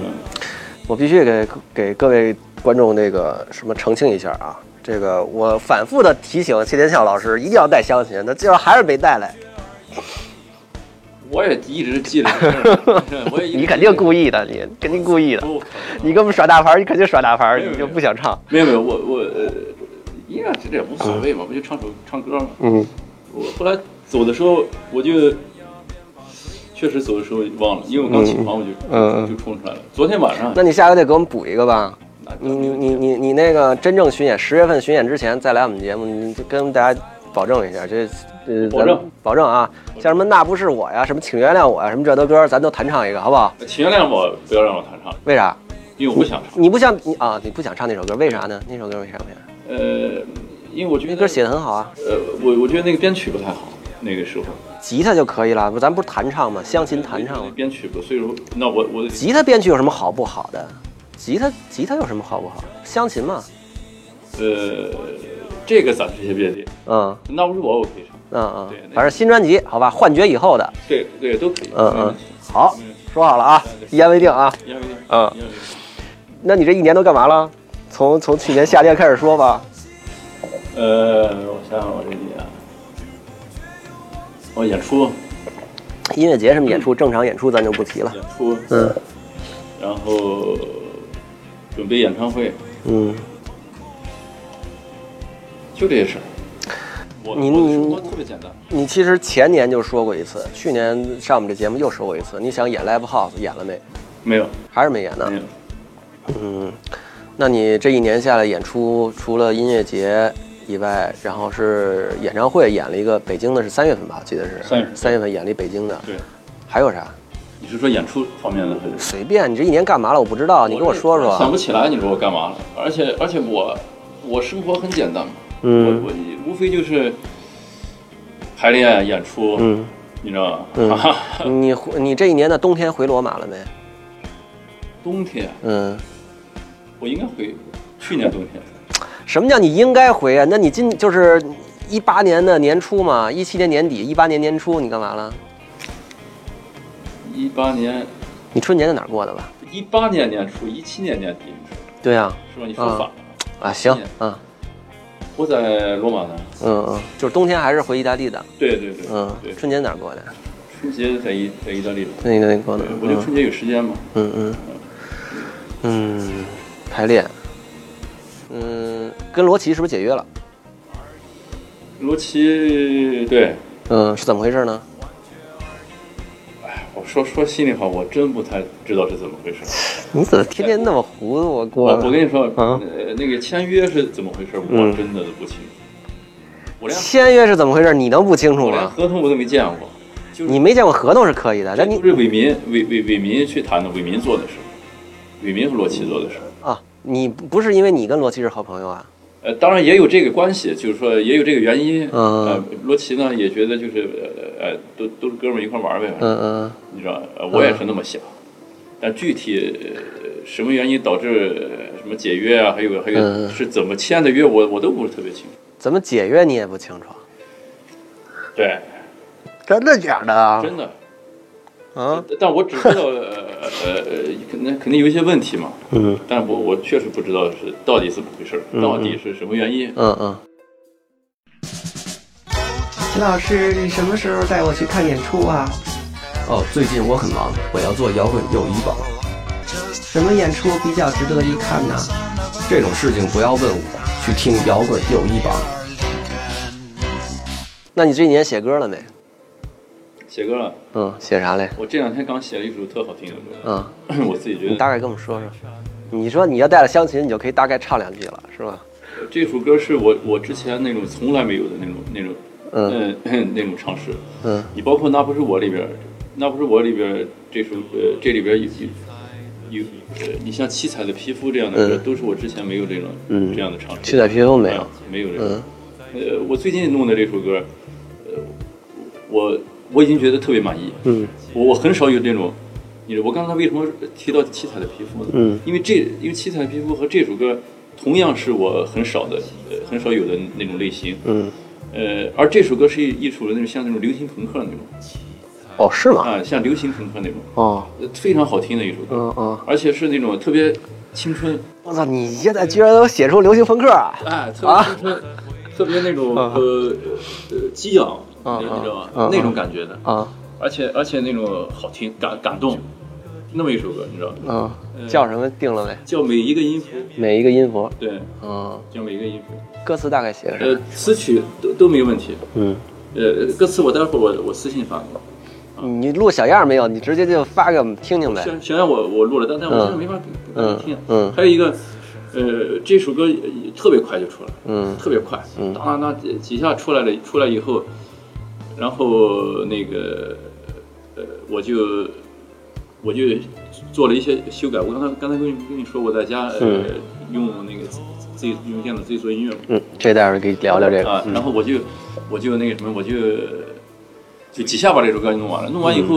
Speaker 1: 我必须给给各位观众那个什么澄清一下啊，这个我反复的提醒谢天笑老师一定要带箱琴，他今儿还是没带来，
Speaker 2: 我也一直记着这事儿， [LAUGHS]
Speaker 1: [LAUGHS]
Speaker 2: 我也一直
Speaker 1: 你肯定故意的，你肯定故意的，
Speaker 2: 哦我靠
Speaker 1: 你跟我们耍大牌儿，你肯定耍大牌儿，
Speaker 2: 没有
Speaker 1: 你就不想唱。
Speaker 2: 没有没有，我我呃，音乐这也无所谓嘛，不就唱首唱歌嘛。
Speaker 1: 嗯，
Speaker 2: 我后来走的时候，我就确实走的时候忘了，因为我刚起床我就
Speaker 1: 嗯嗯
Speaker 2: 就冲出来了。昨天晚上
Speaker 1: [LAUGHS] 那你下回得给我们补一个吧。
Speaker 2: 那
Speaker 1: 你你你你你那个真正巡演，十月份巡演之前再来我们节目，你就跟大家保证一下，这呃，
Speaker 2: 保
Speaker 1: 咱
Speaker 2: 证
Speaker 1: 保证啊，像什么那不是我呀，什么请原谅我呀，什么这都歌，咱都弹唱一个，好不好？
Speaker 2: 请原谅我，不要让我弹唱，
Speaker 1: 为啥？
Speaker 2: 因为我不想唱。
Speaker 1: 你不想你啊，你不想唱那首歌，为啥呢？那首歌为啥不想？
Speaker 2: 呃，因为我觉
Speaker 1: 那
Speaker 2: 得
Speaker 1: 歌写的很好啊，
Speaker 2: 呃，我我觉得那个编曲不太好，那个时候
Speaker 1: 吉他就可以了，不咱不是弹唱吗？湘琴弹唱
Speaker 2: 那
Speaker 1: 吗？
Speaker 2: 编曲不，所以说那我我得
Speaker 1: 吉他编曲有什么好不好的？吉他吉他有什么好不好？湘琴嘛，
Speaker 2: 呃，这个咱是些别的，
Speaker 1: 嗯
Speaker 2: 那不是我我可以唱，
Speaker 1: 嗯
Speaker 2: 对
Speaker 1: 嗯，
Speaker 2: 那
Speaker 1: 反正新专辑好吧，幻觉以后的，
Speaker 2: 对对都可以，
Speaker 1: 嗯嗯，好，说好了啊，一言为定啊。
Speaker 2: 一样一样，
Speaker 1: 嗯
Speaker 2: 一样一样。
Speaker 1: 那你这一年都干嘛了？从从去年夏天开始说吧。
Speaker 2: 呃，我想想我这年，我演出
Speaker 1: 音乐节什么演出，正常演出咱就不提了。
Speaker 2: 演出，
Speaker 1: 嗯
Speaker 2: 然后准备演唱会，
Speaker 1: 嗯，
Speaker 2: 就这些事儿。我
Speaker 1: 你
Speaker 2: 我的
Speaker 1: 你
Speaker 2: 生活特别简单，
Speaker 1: 你其实前年就说过一次，去年上我们这节目又说过一次。你想演 live house 演了没？
Speaker 2: 没有
Speaker 1: 还是没演呢
Speaker 2: 没？有，
Speaker 1: 嗯，那你这一年下来演出，除了音乐节以外，然后是演唱会，演了一个北京的，是三月份吧？我记得是
Speaker 2: 三月份
Speaker 1: 三月份演了一北京的，
Speaker 2: 对，
Speaker 1: 还有啥？
Speaker 2: 你是说演出方面的还是？
Speaker 1: 随便，你这一年干嘛了？我不知道，你跟我说说
Speaker 2: 想
Speaker 1: 啊。
Speaker 2: 不起来，你说我干嘛了？而且而且我我生活很简单嘛，
Speaker 1: 嗯
Speaker 2: 我我无非就是排练、演出，
Speaker 1: 嗯。
Speaker 2: 你知道吧？
Speaker 1: 嗯
Speaker 2: [LAUGHS]
Speaker 1: 你回你这一年的冬天回罗马了没？
Speaker 2: 冬天
Speaker 1: 嗯，
Speaker 2: 我应该回去年冬天。
Speaker 1: 什么叫你应该回啊？那你今就是一八年的年初嘛，一七年年底，一八年年初你干嘛了？
Speaker 2: 一八年，
Speaker 1: 你春节在哪儿过的吧？
Speaker 2: 一八年年初，一七年年底，你说
Speaker 1: 对啊，
Speaker 2: 是吧？你说反了。
Speaker 1: 啊行啊，
Speaker 2: 我在罗马呢。
Speaker 1: 嗯嗯，就是冬天还是回意大利的，
Speaker 2: 对对对，
Speaker 1: 嗯
Speaker 2: 对，，
Speaker 1: 春节哪儿过的？
Speaker 2: 春节在意在意大利。
Speaker 1: 那个那个过的
Speaker 2: 对，，我就
Speaker 1: 嗯
Speaker 2: 春节有时间嘛。
Speaker 1: 嗯嗯嗯，排练，嗯，跟罗琦是不是解约了？
Speaker 2: 罗琦，对，
Speaker 1: 嗯，是怎么回事呢？
Speaker 2: 哎我说说心里话，我真不太知道是怎么回事。
Speaker 1: 你怎么天天那么糊涂？我啊
Speaker 2: 我
Speaker 1: 过
Speaker 2: 我跟你说，
Speaker 1: 嗯
Speaker 2: 呃，呃那个签约是怎么回事？我
Speaker 1: 嗯
Speaker 2: 真的不清楚，我连
Speaker 1: 签约是怎么回事？你能不清楚
Speaker 2: 我连
Speaker 1: 吗？
Speaker 2: 合同我都没见过，就是
Speaker 1: 你没见过合同是可以的，
Speaker 2: 这
Speaker 1: 但
Speaker 2: 都
Speaker 1: 你
Speaker 2: 是伟民伟伟伟民去谈的，伟民做的事，伟民和罗琦做的事。
Speaker 1: 啊，你不是因为你跟罗琦是好朋友啊？
Speaker 2: 呃，当然也有这个关系，就是说也有这个原因。
Speaker 1: 嗯
Speaker 2: 呃，罗琦呢也觉得就是呃呃，都都是哥们儿一块儿玩儿呗，反正
Speaker 1: 嗯嗯
Speaker 2: 你知道，呃，我也是那么想，但具体呃什么原因导致呃什么解约啊，还有还有
Speaker 1: 嗯
Speaker 2: 是怎么签的约，我我都不是特别清楚。
Speaker 1: 嗯，怎么解约你也不清楚？啊
Speaker 2: 对，
Speaker 3: 真的假的啊？
Speaker 2: 真的，
Speaker 1: 啊，
Speaker 2: 但我只知
Speaker 1: [LAUGHS]
Speaker 2: 道呃呃呃，肯定肯定有一些问题嘛，
Speaker 1: 嗯
Speaker 2: 但我我确实不知道是到底是怎么回事儿，
Speaker 1: 嗯
Speaker 2: 到底是什么原因。
Speaker 1: 嗯嗯。
Speaker 4: 秦老师，你什么时候带我去看演出啊？
Speaker 5: 哦，最近我很忙，我要做摇滚又医保，
Speaker 4: 什么演出比较值得一看呢？
Speaker 5: 这种事情不要问我，去听摇滚又医保。
Speaker 1: 那你这一年写歌了没？
Speaker 2: 写歌了，
Speaker 1: 嗯，写啥嘞？
Speaker 2: 我这两天刚写了一首特好听的歌，
Speaker 1: 嗯，
Speaker 2: [CLEARS THROAT] 我自己觉
Speaker 1: 你
Speaker 2: 得
Speaker 1: 大概跟我们说说。你说你要带了湘琴，你就可以大概唱两句了，是吧？
Speaker 2: 这首歌是我我之前那种从来没有的那种那种
Speaker 1: 嗯
Speaker 2: 嗯 [LAUGHS] 那种尝试。
Speaker 1: 嗯
Speaker 2: 你包括那不是我里边儿，那不是我里边儿这首呃这里边儿有有有呃，你像七彩的皮肤这样的歌，
Speaker 1: 嗯
Speaker 2: 都是我之前没有这种、
Speaker 1: 嗯
Speaker 2: 这样的尝试。
Speaker 1: 七彩皮肤没有
Speaker 2: 啊没有这种
Speaker 1: 嗯。
Speaker 2: 呃，我最近弄的这首歌，呃，我我已经觉得特别满意。
Speaker 1: 嗯
Speaker 2: 我我很少有这种，你知道我刚才为什么提到七彩的皮肤呢？
Speaker 1: 嗯，
Speaker 2: 因为这因为七彩的皮肤和这首歌同样是我很少的呃很少有的那种类型。
Speaker 1: 嗯。
Speaker 2: 呃，而这首歌是一一首那种像那种流行朋克那种。
Speaker 1: 哦，是吗？
Speaker 2: 啊，像流行朋克那种，
Speaker 1: 哦，
Speaker 2: 呃非常好听的一首歌，
Speaker 1: 嗯嗯。
Speaker 2: 而且是那种特别青春，
Speaker 1: 我操，你现在居然都写出流行朋克啊！
Speaker 2: 哎，特别青春，特别那种呃呃激昂，
Speaker 1: 嗯
Speaker 2: 你
Speaker 1: 嗯
Speaker 2: 知道吧
Speaker 1: 嗯？
Speaker 2: 那种感觉的，
Speaker 1: 啊
Speaker 2: 而且而且那种好听、感感动，那么一首歌，你知道吧？
Speaker 1: 嗯，叫什么定了没？
Speaker 2: 叫每一个音符，
Speaker 1: 每一个音符，
Speaker 2: 对，
Speaker 1: 嗯，
Speaker 2: 叫每一个音符，
Speaker 1: 歌词大概写个啥？
Speaker 2: 呃，词曲都都没问题，
Speaker 1: 嗯，
Speaker 2: 呃，歌词我待会儿我我私信发给你。
Speaker 1: 你录小样没有？你直接就发给我们听听呗
Speaker 2: 虽。然虽然我我录了，但但我
Speaker 1: 嗯
Speaker 2: 现在没法给给你听。
Speaker 1: 嗯嗯
Speaker 2: 还有一个，呃，这首歌也特别快就出来，
Speaker 1: 嗯
Speaker 2: 特别快，当当当几几下出来了，出来以后，然后那个，呃，我就我就做了一些修改。我刚才刚才跟你跟你说，我在家呃
Speaker 1: 嗯
Speaker 2: 用那个自自己用电脑自己做音乐嘛，
Speaker 1: 嗯，这待会儿给你聊聊这
Speaker 2: 啊
Speaker 1: 个。，嗯
Speaker 2: 然后我就我就那个什么，我就就几下把这首歌弄完了。弄完以
Speaker 1: 嗯
Speaker 2: 后，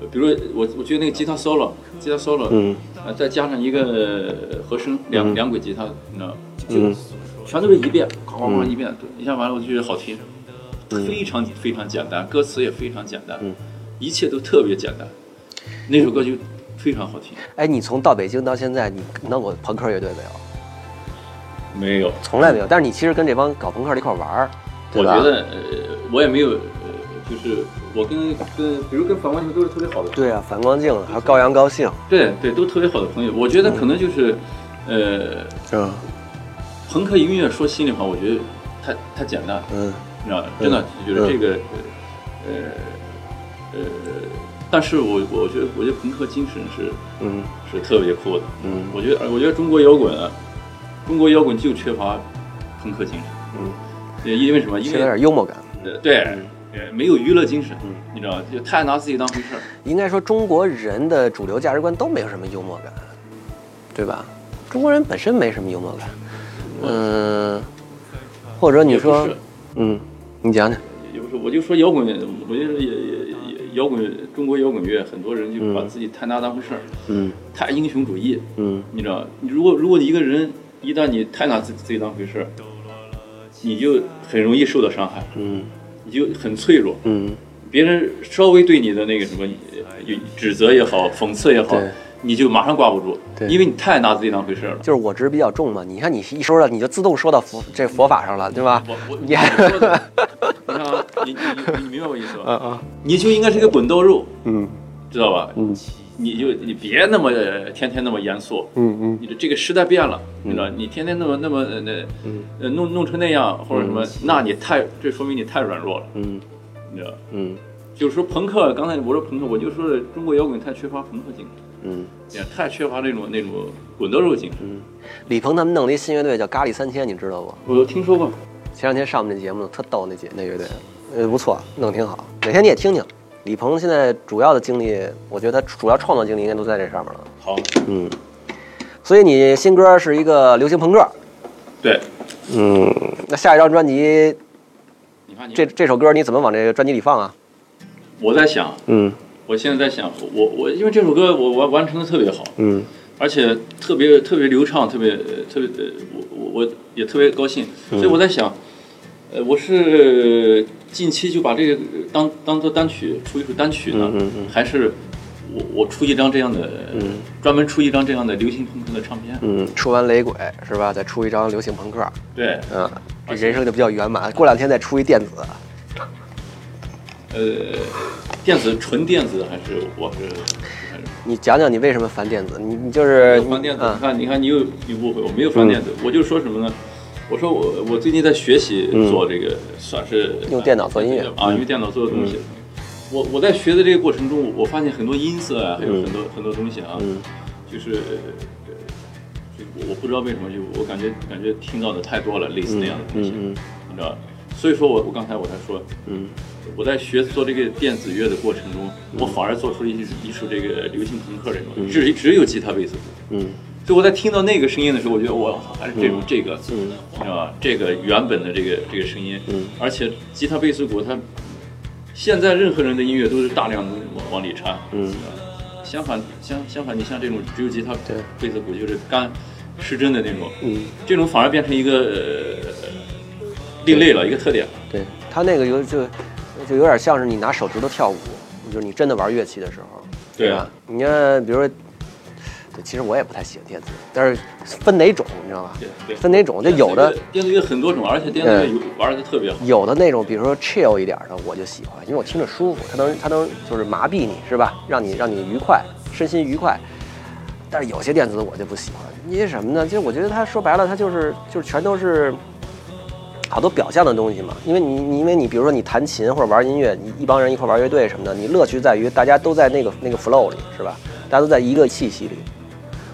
Speaker 2: 呃比如说我我觉得那个吉他 solo，吉他 solo，
Speaker 1: 嗯
Speaker 2: 啊，再加上一个呃和声，两、两轨吉他，你知道吗，就、
Speaker 1: 嗯
Speaker 2: 全都是一遍，哐哐哐一遍，一下完了我就觉得好听，
Speaker 1: 嗯
Speaker 2: 非常非常简单，歌词也非常简单，一切都特别简单，
Speaker 1: 嗯
Speaker 2: 那首歌就非常好听。
Speaker 1: 哎，你从到北京到现在，你弄过朋克乐队没有？
Speaker 2: 没有，
Speaker 1: 从来没有。但是你其实跟这帮搞朋克的一块儿玩儿，对
Speaker 2: 我
Speaker 1: 吧？
Speaker 2: 觉得呃，我也没有，呃，就是我跟跟，比如跟反光镜都是特别好的，
Speaker 1: 对啊，反光镜还有高阳高兴，
Speaker 2: 对对，都特别好的朋友。我觉得可能就是，呃，
Speaker 1: 嗯
Speaker 2: 朋克音乐说心里话，我觉得太太简单了，
Speaker 1: 嗯
Speaker 2: 你知道，真的就是这个，呃呃，但是我我觉得我觉得朋克精神是
Speaker 1: 嗯
Speaker 2: 是特别酷的。
Speaker 1: 嗯
Speaker 2: 我觉得我觉得中国摇滚啊，中国摇滚就缺乏朋克精神。
Speaker 1: 嗯
Speaker 2: 也因为什么？因
Speaker 1: 是有
Speaker 2: 为
Speaker 1: 点幽默感。
Speaker 2: 呃对。呃没有娱乐精神，
Speaker 1: 嗯
Speaker 2: 你知道，就太拿自己当回事儿。
Speaker 1: 应该说中国人的主流价值观都没有什么幽默感，对吧？中国人本身没什么幽默感，嗯、或者你
Speaker 2: 也不
Speaker 1: 说
Speaker 2: 是，
Speaker 1: 嗯，你讲讲，
Speaker 2: 也不是，我就说摇滚，我觉得也也也摇滚，中国摇滚乐很多人就把自己太拿当回事儿，
Speaker 1: 嗯
Speaker 2: 太英雄主义，
Speaker 1: 嗯
Speaker 2: 你知道？你如果如果你一个人一旦你太拿自己自己当回事儿，你就很容易受到伤害，
Speaker 1: 嗯
Speaker 2: 你就很脆弱。
Speaker 1: 嗯
Speaker 2: 别人稍微对你的那个什么有指责也好，讽刺也好
Speaker 1: 对，
Speaker 2: 你就马上挂不住，
Speaker 1: 对
Speaker 2: 因为你太拿自己当回事儿了。
Speaker 1: 就是我执比较重嘛。你看你一说到，你就自动说到佛这佛法上了，对吧？
Speaker 2: 我我
Speaker 1: 你
Speaker 2: 你
Speaker 1: 还
Speaker 2: 说的，你看啊，你你你你明白我意思吧？
Speaker 1: 啊
Speaker 2: 你就应该是个滚刀肉，
Speaker 1: 嗯
Speaker 2: 知道吧？
Speaker 1: 嗯
Speaker 2: 你就你别那么呃天天那么严肃，
Speaker 1: 嗯嗯
Speaker 2: 你的这个时代变了，你知道，你天天那么那么呃那
Speaker 1: 嗯
Speaker 2: 呃弄弄成那样或者什么，那你太这说明你太软弱了，
Speaker 1: 嗯
Speaker 2: 你知道，
Speaker 1: 嗯
Speaker 2: 就是说朋克，刚才我说朋克，我就说了中国摇滚太缺乏朋克精神，
Speaker 1: 嗯，
Speaker 2: 也太缺乏那种那种滚刀肉精神。
Speaker 1: 李鹏他们弄了一新乐队叫咖喱三千，你知道不？
Speaker 2: 我听说过，
Speaker 1: 前两天上我们那节目特逗，那节那乐队，呃，不错，弄挺好。哪天你也听听。李鹏现在主要的精力，我觉得他主要创作精力应该都在这上面了。
Speaker 2: 好，
Speaker 1: 嗯，所以你新歌是一个流行朋克，
Speaker 2: 对，
Speaker 1: 嗯，那下一张专辑
Speaker 2: 你看你
Speaker 1: 这这首歌你怎么往这个专辑里放啊？
Speaker 2: 我在想，
Speaker 1: 嗯
Speaker 2: 我现在在想，我我因为这首歌我完完成的特别好，
Speaker 1: 嗯
Speaker 2: 而且特别特别流畅，特别呃特别呃，我我我也特别高兴，
Speaker 1: 嗯
Speaker 2: 所以我在想，呃，我是近期就把这个当当做单曲出一首单曲呢，
Speaker 1: 嗯嗯
Speaker 2: 还是我我出一张这样的、
Speaker 1: 嗯
Speaker 2: 专门出一张这样的流行朋克的唱片？
Speaker 1: 嗯，出完雷鬼是吧？再出一张流行朋克，
Speaker 2: 对，
Speaker 1: 嗯，这人生就比较圆满。过两天再出一电子，
Speaker 2: 呃，电子纯电子还是我是
Speaker 1: 你讲讲你为什么烦电子？你你就是
Speaker 2: 翻电子？
Speaker 1: 嗯
Speaker 2: 你看，你看，你又你误会，我没有翻电子，我就说什么呢？我说我我最近在学习做这个，算是
Speaker 1: 嗯用电脑做音乐嗯
Speaker 2: 啊，用电脑做的东西。我我在学的这个过程中，我发现很多音色啊，还有
Speaker 1: 嗯
Speaker 2: 很多很多东西啊，就是呃就我我不知道为什么，就我感觉感觉听到的太多了，类似那样的东西，
Speaker 1: 嗯嗯
Speaker 2: 你知道吧？所以说我我刚才我才说，
Speaker 1: 嗯
Speaker 2: 我在学做这个电子乐的过程中，我反而做出了一一首这个流行朋克这种，只只有吉他贝斯。
Speaker 1: 嗯
Speaker 2: 所以我在听到那个声音的时候，我觉得我靠，还是这种这个，
Speaker 1: 嗯
Speaker 2: 你知道吧？这个原本的这个这个声音，而且吉他贝斯鼓它，现在任何人的音乐都是大量的往往里掺，
Speaker 1: 嗯
Speaker 2: 知道吧，相反相相反，你像这种只有吉他
Speaker 1: 对
Speaker 2: 贝斯鼓就是干失真的那种，
Speaker 1: 嗯，
Speaker 2: 这种反而变成一个呃另类了，一个特点了。
Speaker 1: 对他那个有就就有点像是你拿手指头跳舞，就是你真的玩乐器的时候，
Speaker 2: 对啊
Speaker 1: 吧？你看，比如说，对，其实我也不太喜欢电子，但是分哪种你知道吧？
Speaker 2: 对对，
Speaker 1: 分哪种就有的嗯
Speaker 2: 电子乐很多种，而且电子乐有玩的特别好。
Speaker 1: 有的那种，比如说 chill 一点的，我就喜欢，因为我听着舒服，它能它能就是麻痹你是吧？让你让你愉快，身心愉快。但是有些电子我就不喜欢，因为什么呢？就我觉得它说白了，它就是就是全都是好多表象的东西嘛。因为你你因为你比如说你弹琴或者玩音乐，你一帮人一块玩乐队什么的，你乐趣在于大家都在那个那个 flow 里是吧？大家都在一个气息里，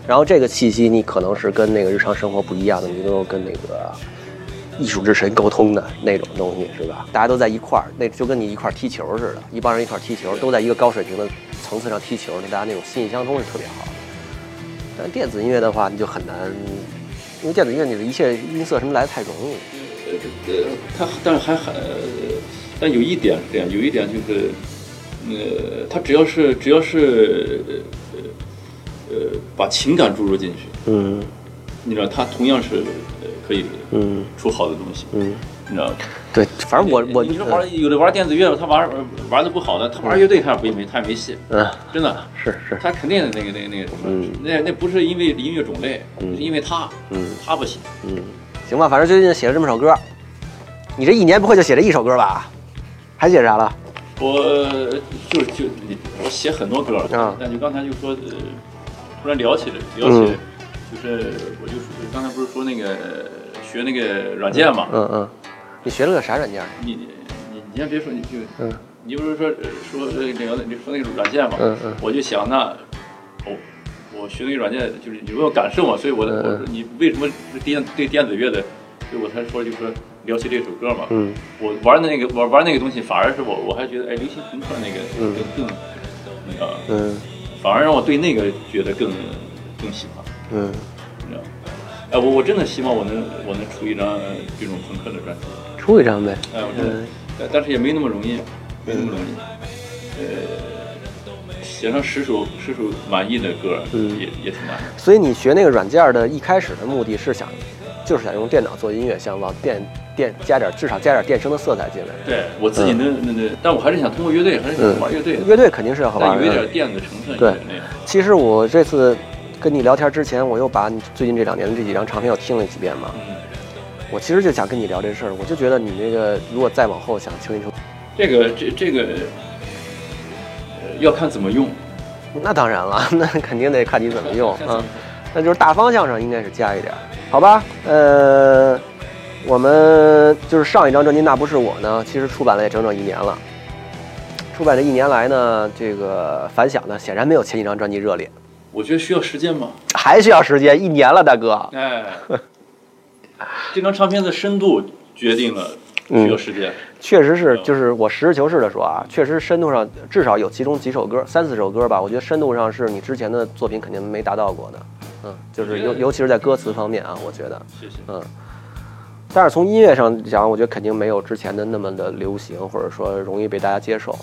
Speaker 1: 然后这个气息你可能是跟那个日常生活不一样的，你能够跟那个艺术之神沟通的那种东西是吧？大家都在一块儿，那就跟你一块儿踢球似的，一帮人一块儿踢球，都在一个高水平的层次上踢球，那大家那种心意相通是特别好的。但电子音乐的话，你就很难，因为电子音乐你的一切音色什么来的太容易。
Speaker 2: 呃，它但还还，呃但有一点是这样，有一点就是，呃，它只要是只要是呃呃呃把情感注入进去，
Speaker 1: 嗯
Speaker 2: 你知道，它同样是呃可以
Speaker 1: 嗯
Speaker 2: 出好的东西，
Speaker 1: 嗯，
Speaker 2: 你知道。
Speaker 1: 对，反正我我呃
Speaker 2: 你说玩有的玩电子乐，他玩玩的不好的，他玩乐队他也不没他也没戏，
Speaker 1: 嗯
Speaker 2: 真的，
Speaker 1: 是是
Speaker 2: 他肯定那个那个那个什么
Speaker 1: 嗯，
Speaker 2: 那那不是因为音乐种类，是因为他
Speaker 1: 嗯
Speaker 2: 他不行。
Speaker 1: 嗯，行吧，反正最近写了这么首歌，你这一年不会就写这一首歌吧？还写啥了？
Speaker 2: 我呃就是就我写很多歌了，
Speaker 1: 啊
Speaker 2: 但就刚才就说，呃，突然聊起来，聊起
Speaker 1: 嗯
Speaker 2: 来，就是我就说刚才不是说那个呃学那个软件嘛，
Speaker 1: 嗯嗯，你学了个啥软件？
Speaker 2: 你你你你先别说，你就
Speaker 1: 嗯
Speaker 2: 你不是说呃说呃聊的你说那个软件嘛，
Speaker 1: 嗯嗯
Speaker 2: 我就想那我我学那个软件就是有没有感受嘛，所以我
Speaker 1: 嗯嗯
Speaker 2: 我说你为什么电对电子乐的，所以我才说就说聊起这首歌嘛，
Speaker 1: 嗯
Speaker 2: 我玩的那个我玩那个东西，反而是我我还觉得哎，流行朋克那个
Speaker 1: 嗯
Speaker 2: 更更那个，
Speaker 1: 嗯
Speaker 2: 反而让我对那个觉得更更喜欢，
Speaker 1: 嗯。
Speaker 2: 你知道吗？哎，我我真的希望我能我能出一张呃这种朋克的专辑，
Speaker 1: 出一张呗。
Speaker 2: 哎，我真的
Speaker 1: 嗯，
Speaker 2: 但但是也没那么容易，没那么容易，
Speaker 1: 嗯
Speaker 2: 呃，写上十首十首满意的歌，
Speaker 1: 嗯
Speaker 2: 也也挺难的。
Speaker 1: 所以你学那个软件的一开始的目的是想，就是想用电脑做音乐，想往电电加点，至少加点电声的色彩进来。
Speaker 2: 对我自
Speaker 1: 嗯
Speaker 2: 己能，那那，但我还是想通过乐队，还是想玩乐队，
Speaker 1: 乐队肯定是嗯要好玩
Speaker 2: 但有一
Speaker 1: 的
Speaker 2: 点。电子成分，
Speaker 1: 对
Speaker 2: 有点那样。
Speaker 1: 其实我这次跟你聊天之前，我又把你最近这两年的这几张唱片又听了几遍嘛。
Speaker 2: 嗯
Speaker 1: 我其实就想跟你聊这事儿，我就觉得你那个如果再往后想清一清，
Speaker 2: 这个这这个、呃要看怎么用，
Speaker 1: [LAUGHS] 那当然了，那肯定得看你怎么用
Speaker 2: 看怎
Speaker 1: 啊。那就是大方向上应该是加一点儿，好吧？呃，我们就是上一张专辑《那不是我》呢，其实出版了也整整一年了。出版的一年来呢，这个反响呢显然没有前几张专辑热烈，
Speaker 2: 我觉得需要时间嘛，
Speaker 1: 还需要时间，一年了，大哥。
Speaker 2: 哎，这张唱片的深度决定了
Speaker 1: 嗯
Speaker 2: 需要时间。
Speaker 1: 确实是，就是我实事求是的说啊，确实深度上至少有其中几首歌，三四首歌吧，我觉得深度上是你之前的作品肯定没达到过的。嗯，就是尤尤其是在歌词方面啊，我觉得。
Speaker 2: 谢谢。
Speaker 1: 嗯，但是从音乐上讲，我觉得肯定没有之前的那么的流行，或者说容易被大家接受。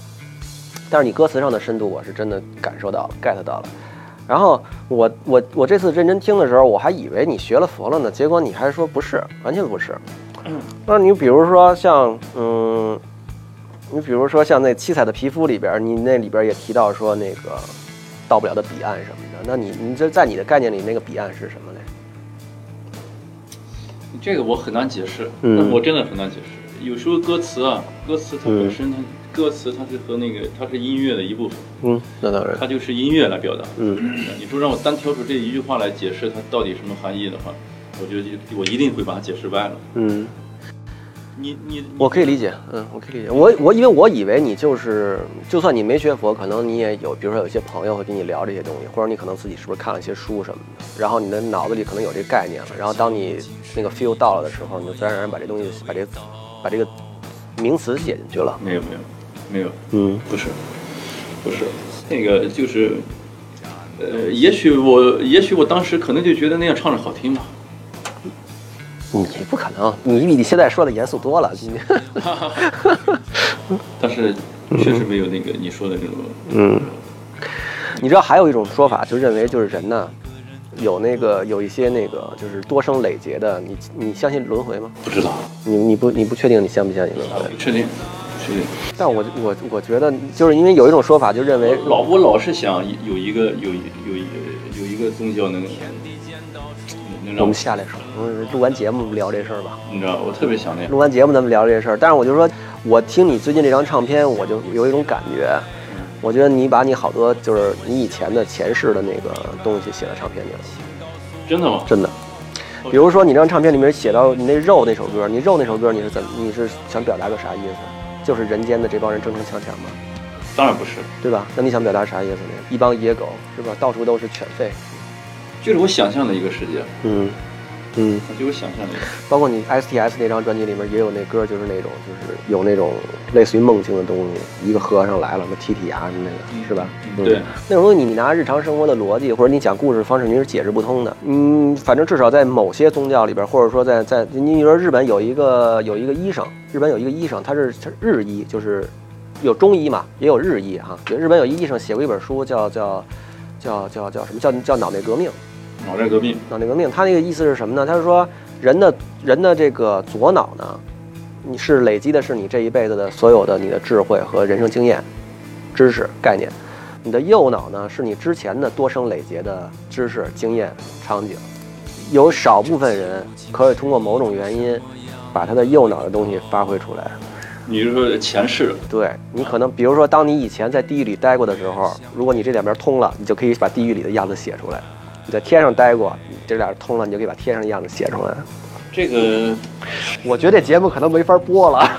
Speaker 1: 但是你歌词上的深度，我是真的感受到了，get 到了。然后我我我这次认真听的时候，我还以为你学了佛了呢，结果你还说不是，完全不是。那你比如说像嗯，你比如说像那《七彩的皮肤》里边，你那里边也提到说那个到不了的彼岸什么的。那你你这在你的概念里，那个彼岸是什么嘞？
Speaker 2: 这个我很难解释，
Speaker 1: 嗯
Speaker 2: 但我真的很难解释。有时候歌词啊，歌词它本身它、歌词它是和那个它是音乐的一部分，
Speaker 1: 嗯，那当然
Speaker 2: 它。就是音乐来表达。
Speaker 1: 嗯
Speaker 2: 你说让我单挑出这一句话来解释它到底什么含义的话，我觉得我一定会把它解释歪了。
Speaker 1: 嗯，
Speaker 2: 你你
Speaker 1: 我可以理解，嗯，我可以理解。我我因为我以为你就是，就算你没学佛，可能你也有，比如说有一些朋友会跟你聊这些东西，或者你可能自己是不是看了一些书什么的，然后你的脑子里可能有这概念了，然后当你那个 feel 到了的时候，你就自然而然把这东西把这把这个名词写进去了。
Speaker 2: 没有没有没有，
Speaker 1: 嗯
Speaker 2: 不是不是那个就是，呃，也许我也许我当时可能就觉得那样唱着好听吧。
Speaker 1: 你不可能，你比你现在说的严肃多了。你 [LAUGHS]
Speaker 2: 但是确实没有那个你说的那种，
Speaker 1: 嗯，你知道还有一种说法，就认为就是人呢，有那个有一些那个就是多生累劫的，你你相信轮回吗？
Speaker 2: 不知道，
Speaker 1: 你你不你不确定你相不相信轮回？
Speaker 2: 不确定，不确定。
Speaker 1: 但我我我觉得就是因为有一种说法，就认为
Speaker 2: 老我老是想有一个有一有一有一个宗教能能
Speaker 1: 我
Speaker 2: 让
Speaker 1: 们下来说，我们嗯录完节目聊这事儿吧。
Speaker 2: 你知道，我特别想念。
Speaker 1: 录完节目咱们聊这事儿，但是我就说，我听你最近这张唱片，我就有一种感觉，我觉得你把你好多就是你以前的前世的那个东西写到唱片里了，
Speaker 2: 真的吗？
Speaker 1: 真的。比如说你那张唱片里面写到你那肉那首歌，你肉那首歌你是怎么你是想表达个啥意思？就是人间的这帮人争争抢抢吗？
Speaker 2: 当然不是，
Speaker 1: 对吧？那你想表达啥意思呢？一帮野狗是吧？到处都是犬吠，
Speaker 2: 就是我想象的一个世界，
Speaker 1: 嗯，嗯，
Speaker 2: 就是我想象的一个。
Speaker 1: 包括你 STS 那张专辑里面也有那歌，就是那种就是有那种类似于梦境的东西，一个和尚来了，什么踢踢牙什么那
Speaker 2: 嗯
Speaker 1: 个，是吧？
Speaker 2: 嗯对，
Speaker 1: 那种东西你拿日常生活的逻辑或者你讲故事方式，你是解释不通的。嗯，反正至少在某些宗教里边，或者说在在你比如说日本有一个有一个医生，日本有一个医生，他是他是日医，就是有中医嘛，也有日医哈。日本有一医生写过一本书叫叫叫叫叫什么叫叫脑内革命。
Speaker 2: 脑袋革命，
Speaker 1: 脑内革命，他那个意思是什么呢？他是说人的人的这个左脑呢，你是累积的是你这一辈子的所有的你的智慧和人生经验、知识概念，你的右脑呢是你之前的多生累劫的知识、经验、场景。有少部分人可以通过某种原因，把他的右脑的东西发挥出来。
Speaker 2: 你就说前世，
Speaker 1: 对你可能，比如说，当你以前在地狱里待过的时候，如果你这两边通了，你就可以把地狱里的样子写出来；你在天上待过，你这俩通了，你就可以把天上的样子写出来。
Speaker 2: 这个
Speaker 1: 我觉得这节目可能没法播了，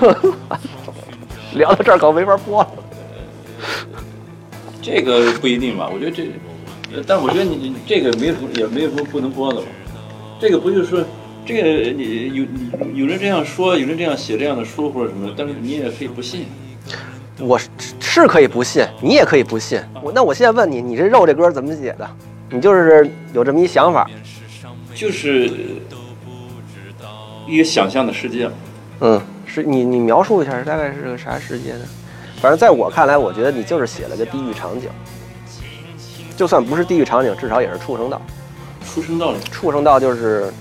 Speaker 1: 聊到这儿可能没法播了。
Speaker 2: 这个不一定吧？我觉得这，呃但我觉得你你这个没有什么也没有什么不能播的吧？这个不就是说这个你有你有人这样说，有人这样写这样的书或者什么的，但是你也可以不信。
Speaker 1: 我是是可以不信，你也可以不信。我那我现在问你，你这肉这歌怎么写的？你就是有这么一想法，
Speaker 2: 就是一个想象的世界。啊
Speaker 1: 嗯，是你你描述一下大概是个啥世界呢？反正在我看来，我觉得你就是写了个地狱场景，就算不是地狱场景，至少也是畜生道。
Speaker 2: 出生道理
Speaker 1: 畜生道就是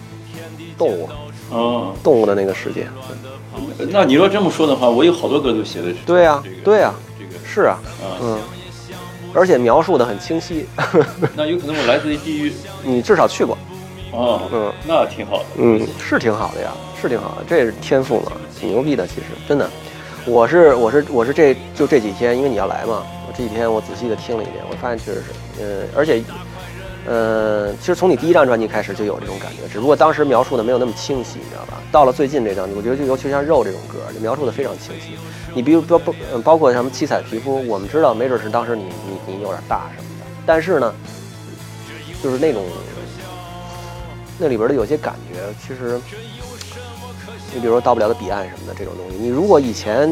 Speaker 1: 动物
Speaker 2: 啊，
Speaker 1: 动物的那个世界。
Speaker 2: 那你要这么说的话，我有好多歌都写的是
Speaker 1: 对啊
Speaker 2: 这个，
Speaker 1: 对啊，
Speaker 2: 这个
Speaker 1: 是啊，
Speaker 2: 啊，
Speaker 1: 嗯，而且描述的很清晰， [LAUGHS]
Speaker 2: 那有可能我来自于地狱
Speaker 1: 你至少去过，
Speaker 2: 啊，
Speaker 1: 嗯
Speaker 2: 那挺好的。
Speaker 1: 嗯，是挺好的呀，是挺好的，这是天赋嘛，挺牛逼的，其实真的。我是我是我是这就这几天，因为你要来嘛，我这几天我仔细的听了一遍，我发现确实是，呃，而且呃，其实从你第一张专辑开始就有这种感觉，只不过当时描述的没有那么清晰，你知道吧？到了最近这张，我觉得就尤其像《肉》这种歌，就描述的非常清晰。你比如包包呃包括什么七彩皮肤，我们知道没准是当时你你你有点大什么的，但是呢，就是那种那里边的有些感觉，其实你比如说到不了的彼岸什么的这种东西，你如果以前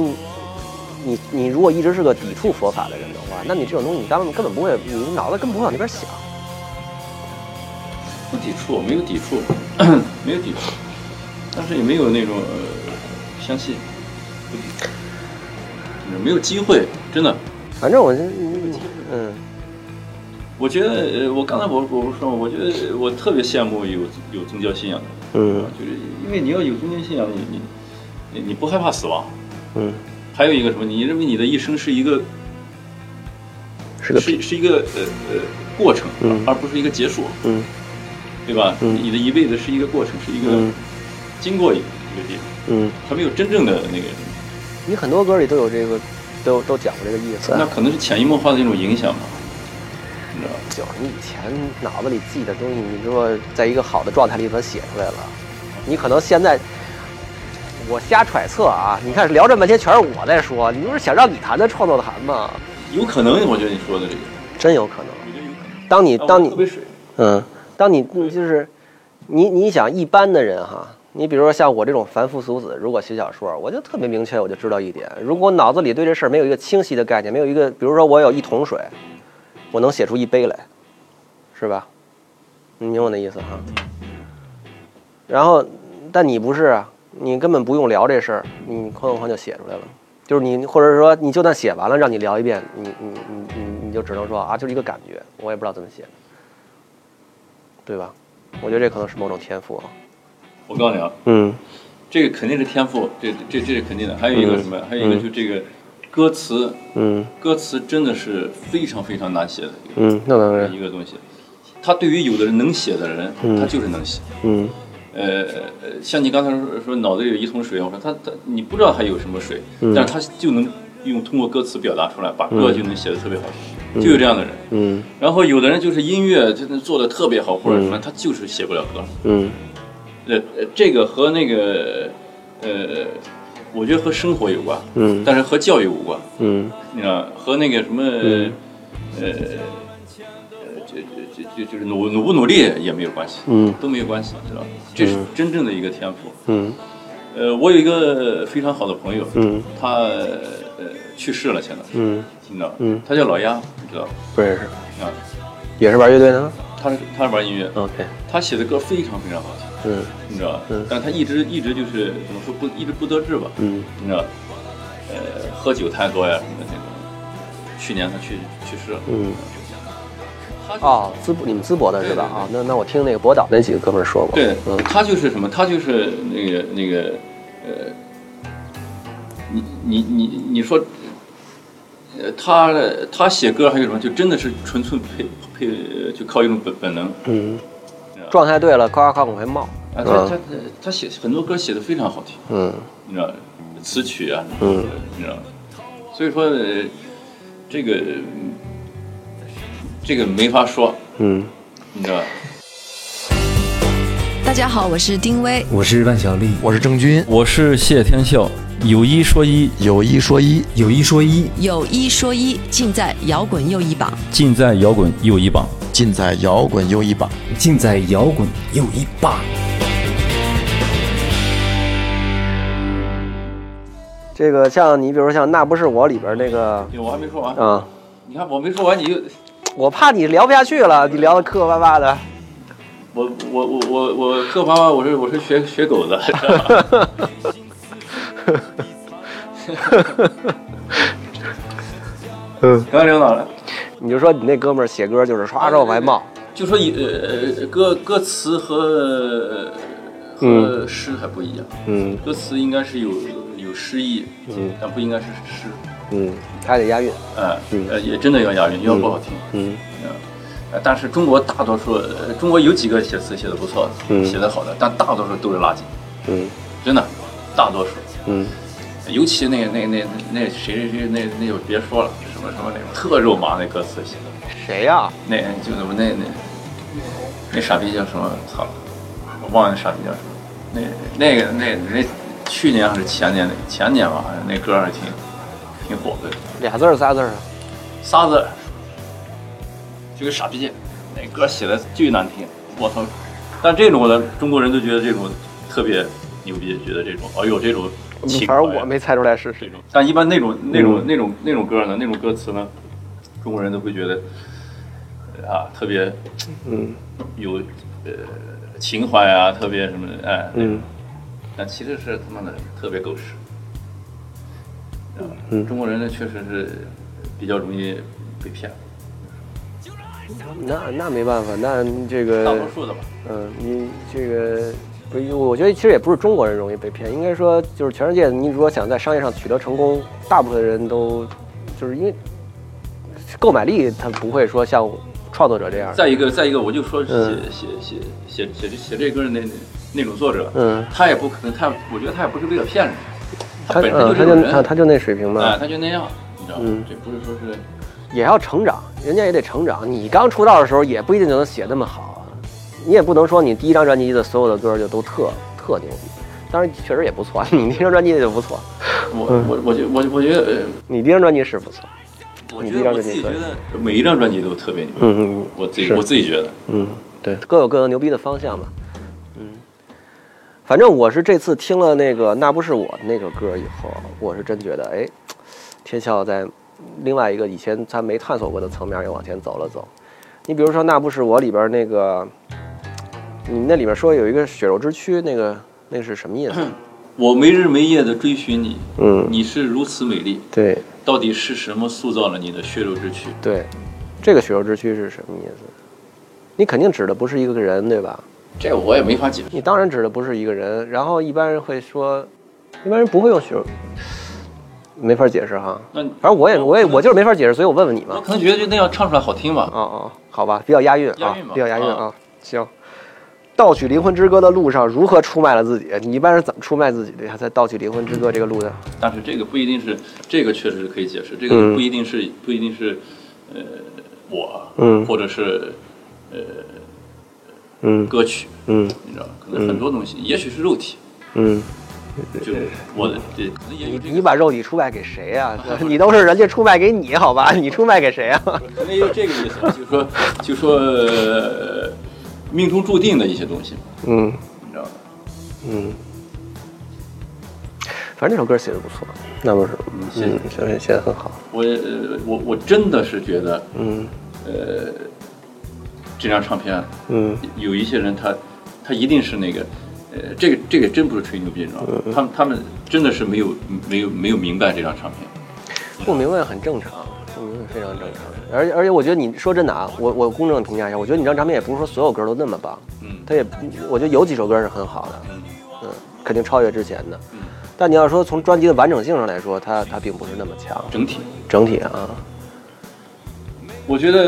Speaker 1: 你你如果一直是个抵触佛法的人的话，那你这种东西你根本根本不会，你脑子根本不会往那边想。
Speaker 2: 不抵触，没有抵触，没有抵触，但是也没有那种、呃、相信，不抵触，就是没有机会，真的。
Speaker 1: 反正我是嗯嗯
Speaker 2: 我觉得，呃，我刚才我我不是说，我觉得我特别羡慕有有宗教信仰的人，
Speaker 1: 嗯
Speaker 2: 就是因为你要有宗教信仰，你你你你不害怕死亡。
Speaker 1: 嗯，
Speaker 2: 还有一个什么？你认为你的一生是一个
Speaker 1: 是个
Speaker 2: 是是一个呃呃过程，
Speaker 1: 嗯
Speaker 2: 而不是一个结束，
Speaker 1: 嗯
Speaker 2: 对吧？
Speaker 1: 嗯
Speaker 2: 你的一辈子是一个过程，是一个
Speaker 1: 嗯
Speaker 2: 经过一个一个地方，
Speaker 1: 嗯，
Speaker 2: 还没有真正的那个，
Speaker 1: 你很多歌里都有这个，都都讲过这个意思。
Speaker 2: 那可能是潜移默化的一种影响吧，你知道吧？
Speaker 1: 就是你以前脑子里记的东西，你如果在一个好的状态里把它写出来了，你可能现在，我瞎揣测啊，你看聊这半天全是我在说，你不是想让你谈的创作谈吗？
Speaker 2: 有可能，我觉得你说的这个，
Speaker 1: 真有可能。
Speaker 2: 我觉得有可能。
Speaker 1: 当你
Speaker 2: 啊
Speaker 1: 当
Speaker 2: 我
Speaker 1: 你
Speaker 2: 特别水，
Speaker 1: 嗯，当你嗯就是你你想一般的人哈，你比如说像我这种凡夫俗子，如果写小说，我就特别明确，我就知道一点。如果我脑子里对这事儿没有一个清晰的概念，没有一个，比如说我有一桶水，我能写出一杯来，是吧？你明白我的意思哈？然后，但你不是啊，你根本不用聊这事儿，你哐哐哐就写出来了。就是你，或者说你就算写完了，让你聊一遍，你你你你你就只能说啊，就是一个感觉，我也不知道怎么写。对吧？我觉得这可能是某种天赋。啊
Speaker 2: 我告诉你啊，
Speaker 1: 嗯
Speaker 2: 这个肯定是天赋，这这这是肯定的。还有一个
Speaker 1: 嗯
Speaker 2: 什么？还有一个就这个歌词，
Speaker 1: 嗯
Speaker 2: 歌词真的是非常非常难写的一个、
Speaker 1: 嗯，那当然。
Speaker 2: 一个东西。他对于有的人能写的人，
Speaker 1: 嗯
Speaker 2: 他就是能写。
Speaker 1: 嗯
Speaker 2: 呃，呃像你刚才说说脑子里有一桶水，我说他他你不知道他有什么水，
Speaker 1: 嗯
Speaker 2: 但是他就能用通过歌词表达出来，把歌就能写的特别好，就有这样的人。
Speaker 1: 嗯
Speaker 2: 然后有的人就是音乐真的做的特别好，或者什么，他就是写不了歌。
Speaker 1: 嗯
Speaker 2: 呃，呃这个和那个呃，我觉得和生活有关，
Speaker 1: 嗯
Speaker 2: 但是和教育无关。
Speaker 1: 嗯
Speaker 2: 你知道，和那个什么，呃呃，就就就就就是努努不努力也没有关系，
Speaker 1: 嗯
Speaker 2: 都没有关系，知道吧？这是真正的一个天赋。
Speaker 1: 嗯
Speaker 2: 呃，我有一个非常好的朋友，
Speaker 1: 嗯
Speaker 2: 他呃去世了，前段时间，
Speaker 1: 嗯，
Speaker 2: 你知道吧，
Speaker 1: 嗯
Speaker 2: 他叫老鸭，你知道吧？
Speaker 1: 不认识，
Speaker 2: 啊，
Speaker 1: 也是玩乐队的。
Speaker 2: 他是他是玩音乐，
Speaker 1: OK，
Speaker 2: 他写的歌非常非常好听，
Speaker 1: 嗯
Speaker 2: 你知道吧？
Speaker 1: 嗯
Speaker 2: 但他一直一直就是怎么说不一直不得志吧，
Speaker 1: 嗯
Speaker 2: 你知道，呃，喝酒太多呀什么的那种。去年他去去世了，
Speaker 1: 嗯。
Speaker 2: 他就
Speaker 1: 哦，淄博，你们淄博的是吧？
Speaker 2: 对对对
Speaker 1: 啊，那那我听那个博导那几个哥们儿说过。
Speaker 2: 对，
Speaker 1: 嗯
Speaker 2: 他就是什么？他就是那个那个呃，你你你你说，呃，他他写歌还有什么？就真的是纯粹配配，呃就靠一种本本能。
Speaker 1: 嗯，状态对了，夸夸夸往外冒。
Speaker 2: 啊，他
Speaker 1: 嗯
Speaker 2: 他他写很多歌写的非常好听，
Speaker 1: 嗯
Speaker 2: 你知道，词曲啊，
Speaker 1: 嗯
Speaker 2: 你知道，所以说呃这个嗯这个没法说，
Speaker 1: 嗯
Speaker 2: 你知道。
Speaker 6: 大家好，我是丁薇。
Speaker 5: 我是万晓利，
Speaker 7: 我是郑钧，
Speaker 2: 我是谢天笑，有一说一，
Speaker 7: 有一说一，
Speaker 5: 有一说一，
Speaker 6: 有一说一，尽在摇滚又一榜。
Speaker 2: 尽在摇滚又一榜。
Speaker 7: 尽在摇滚又一榜。
Speaker 5: 尽在摇滚又一霸。
Speaker 1: 这个像你，比如说像《那不是我》里边那个
Speaker 2: 对，我还没说完，
Speaker 1: 啊，
Speaker 2: 你看我没说完，你就
Speaker 1: 我怕你聊不下去了，你聊的磕磕巴巴的。
Speaker 2: 我我我我我各方面我是我是学学狗的，知道吧 [LAUGHS]
Speaker 1: 嗯，
Speaker 2: 刚才聊哪了？
Speaker 1: 你就说你那哥们儿写歌就是唰唰往外冒。
Speaker 2: 就说以呃呃歌歌词和呃
Speaker 1: 嗯
Speaker 2: 和诗还不一样，
Speaker 1: 嗯
Speaker 2: 歌词应该是有有诗意，
Speaker 1: 嗯
Speaker 2: 但不应该是诗，
Speaker 1: 嗯，还得押韵。
Speaker 2: 哎、
Speaker 1: 嗯
Speaker 2: 呃也真的要押韵，要不好听，
Speaker 1: 嗯
Speaker 2: 嗯呃但是中国大多数，呃中国有几个写词写的不错的，
Speaker 1: 嗯
Speaker 2: 写的好的，但大多数都是垃圾，
Speaker 1: 嗯
Speaker 2: 真的，大多数。
Speaker 1: 嗯
Speaker 2: 尤其那那那那那谁谁谁那那就别说了，什么什么那种特肉麻那歌词写的，
Speaker 1: 谁呀、
Speaker 2: 那就怎么那那那傻逼叫什么？操，我忘了那傻逼叫什么。那那个那那去年还是前年的前年吧，好像那歌还挺挺火的，
Speaker 1: 俩字儿仨字儿啊？
Speaker 2: 仨字儿，就跟傻逼，那歌写的巨难听，我操！但这种的中国人都觉得这种特别牛逼，觉得这种，哎呦这种情怀
Speaker 1: 嗯反正我没猜出来是谁。嗯
Speaker 2: 这种，但一般那种那种那种那种歌呢，那种歌词呢，中国人都会觉得呃啊特别
Speaker 1: 嗯
Speaker 2: 有呃情怀啊，特别什么的，哎，
Speaker 1: 嗯，
Speaker 2: 但其实是他妈的特别狗屎。
Speaker 1: 嗯
Speaker 2: 中国人呢，确实是比较容易被骗，
Speaker 1: 那那没办法，那这
Speaker 2: 大多
Speaker 1: 个
Speaker 2: 数的吧。
Speaker 1: 嗯，你这个不是，我觉得其实也不是中国人容易被骗，应该说就是全世界，你如果想在商业上取得成功，大部分人都就是因为购买力，他不会说像创作者这样。
Speaker 2: 再一个，再一个，我就说写
Speaker 1: 嗯
Speaker 2: 写写写写这写这歌的那那那种作者，
Speaker 1: 嗯，
Speaker 2: 他也不可能，他我觉得他也不是为了骗人，
Speaker 1: 他
Speaker 2: 本身就
Speaker 1: 嗯，他
Speaker 2: 是这种
Speaker 1: 就
Speaker 2: 人，
Speaker 1: 他他就那水平嘛
Speaker 2: 哎，，他就那样，你知道吗
Speaker 1: 嗯？
Speaker 2: 这不是说
Speaker 1: [LAUGHS]
Speaker 2: 是
Speaker 1: 也要成长，人家也得成长。你刚出道的时候也不一定就能写那么好，你也不能说你第一张专辑的所有的歌就都特特牛逼。当然，确实也不错，你第一张专辑就不错，
Speaker 2: 我
Speaker 1: 嗯
Speaker 2: 我我觉我我觉得呃
Speaker 1: 你第一张专辑是不错。
Speaker 2: 我
Speaker 1: 你
Speaker 2: 觉
Speaker 1: 第一
Speaker 2: 得
Speaker 1: 张专
Speaker 2: 我自
Speaker 1: 辑
Speaker 2: 己觉
Speaker 1: 可以
Speaker 2: 得每一张专辑都特别牛，
Speaker 1: 嗯嗯
Speaker 2: 我自己
Speaker 1: 是
Speaker 2: 我自己觉得，
Speaker 1: 嗯，对，各有各的牛逼的方向嘛。嗯，反正我是这次听了那个《那不是我》的那个歌以后，我是真觉得，哎，天笑在另外一个以前他没探索过的层面又往前走了走。你比如说《那不是我》里边那个，你那里边说有一个血肉之躯，那个那个是什么意思？
Speaker 2: 我没日没夜的追寻你，
Speaker 1: 嗯，
Speaker 2: 你是如此美丽，
Speaker 1: 对
Speaker 2: 到底是什么塑造了你的血肉之躯？
Speaker 1: 对，这个血肉之躯是什么意思？你肯定指的不是一个人，对吧？
Speaker 2: 这我也没法解释。
Speaker 1: 你当然指的不是一个人，然后一般人会说，一般人不会用血肉，没法解释哈。
Speaker 2: 那
Speaker 1: 反正我也我也我就是没法解释，所以我问问你
Speaker 2: 我
Speaker 1: 嘛。
Speaker 2: 可能觉得就那样唱出来好听吧。
Speaker 1: 哦哦，好吧，比较押韵
Speaker 2: 押
Speaker 1: 啊
Speaker 2: 韵嘛，
Speaker 1: 比较押韵
Speaker 2: 啊
Speaker 1: 啊。行，盗取灵魂之歌的路上如何出卖了自己？你一般是怎么出卖自己的呀？在盗取灵魂之歌这个
Speaker 2: [LAUGHS]
Speaker 1: 路上，
Speaker 2: 但是这个不一定是，这个确实是可以解释，这个
Speaker 1: 嗯
Speaker 2: 不一定是、不一定是，呃，我，
Speaker 1: 嗯
Speaker 2: 或者是呃
Speaker 1: 嗯
Speaker 2: 歌曲，
Speaker 1: 嗯
Speaker 2: 你知道吗？可能很多东西，也许是肉体，
Speaker 1: 嗯，
Speaker 2: 就是我的，这可能也有这
Speaker 1: 你
Speaker 2: 个，
Speaker 1: 把肉体出卖给谁
Speaker 2: [LAUGHS]
Speaker 1: 呀、你都是人家出卖给你，好吧？ [LAUGHS] 你出卖给谁呀、啊
Speaker 2: 可能也有这个意思，就是说，就说、呃命中注定的一些东西，
Speaker 1: 嗯
Speaker 2: 你知道吗？
Speaker 1: 嗯，反正这首歌写的不错，那不是，
Speaker 2: 嗯谢谢
Speaker 1: 嗯，写得写的很好，
Speaker 2: 我呃我我真的是觉得，
Speaker 1: 嗯
Speaker 2: 呃，这张唱片啊
Speaker 1: 嗯。
Speaker 2: 有一些人他他一定是那个，呃，这个这个真不是吹牛逼，你知道
Speaker 1: 嗯
Speaker 2: 吗？他们他们真的是没有没有没有明白这张唱片。
Speaker 1: 不明白很正常，不明白非常正常。而且而且，我觉得你说真的啊，我我公正地评价一下，我觉得你这张唱片也不是说所有歌都那么棒，
Speaker 2: 嗯，
Speaker 1: 它也我觉得有几首歌是很好的，
Speaker 2: 嗯
Speaker 1: 嗯，肯定超越之前的
Speaker 2: 嗯。
Speaker 1: 但你要说从专辑的完整性上来说，它它并不是那么强，
Speaker 2: 整体，
Speaker 1: 整体啊，
Speaker 2: 我觉得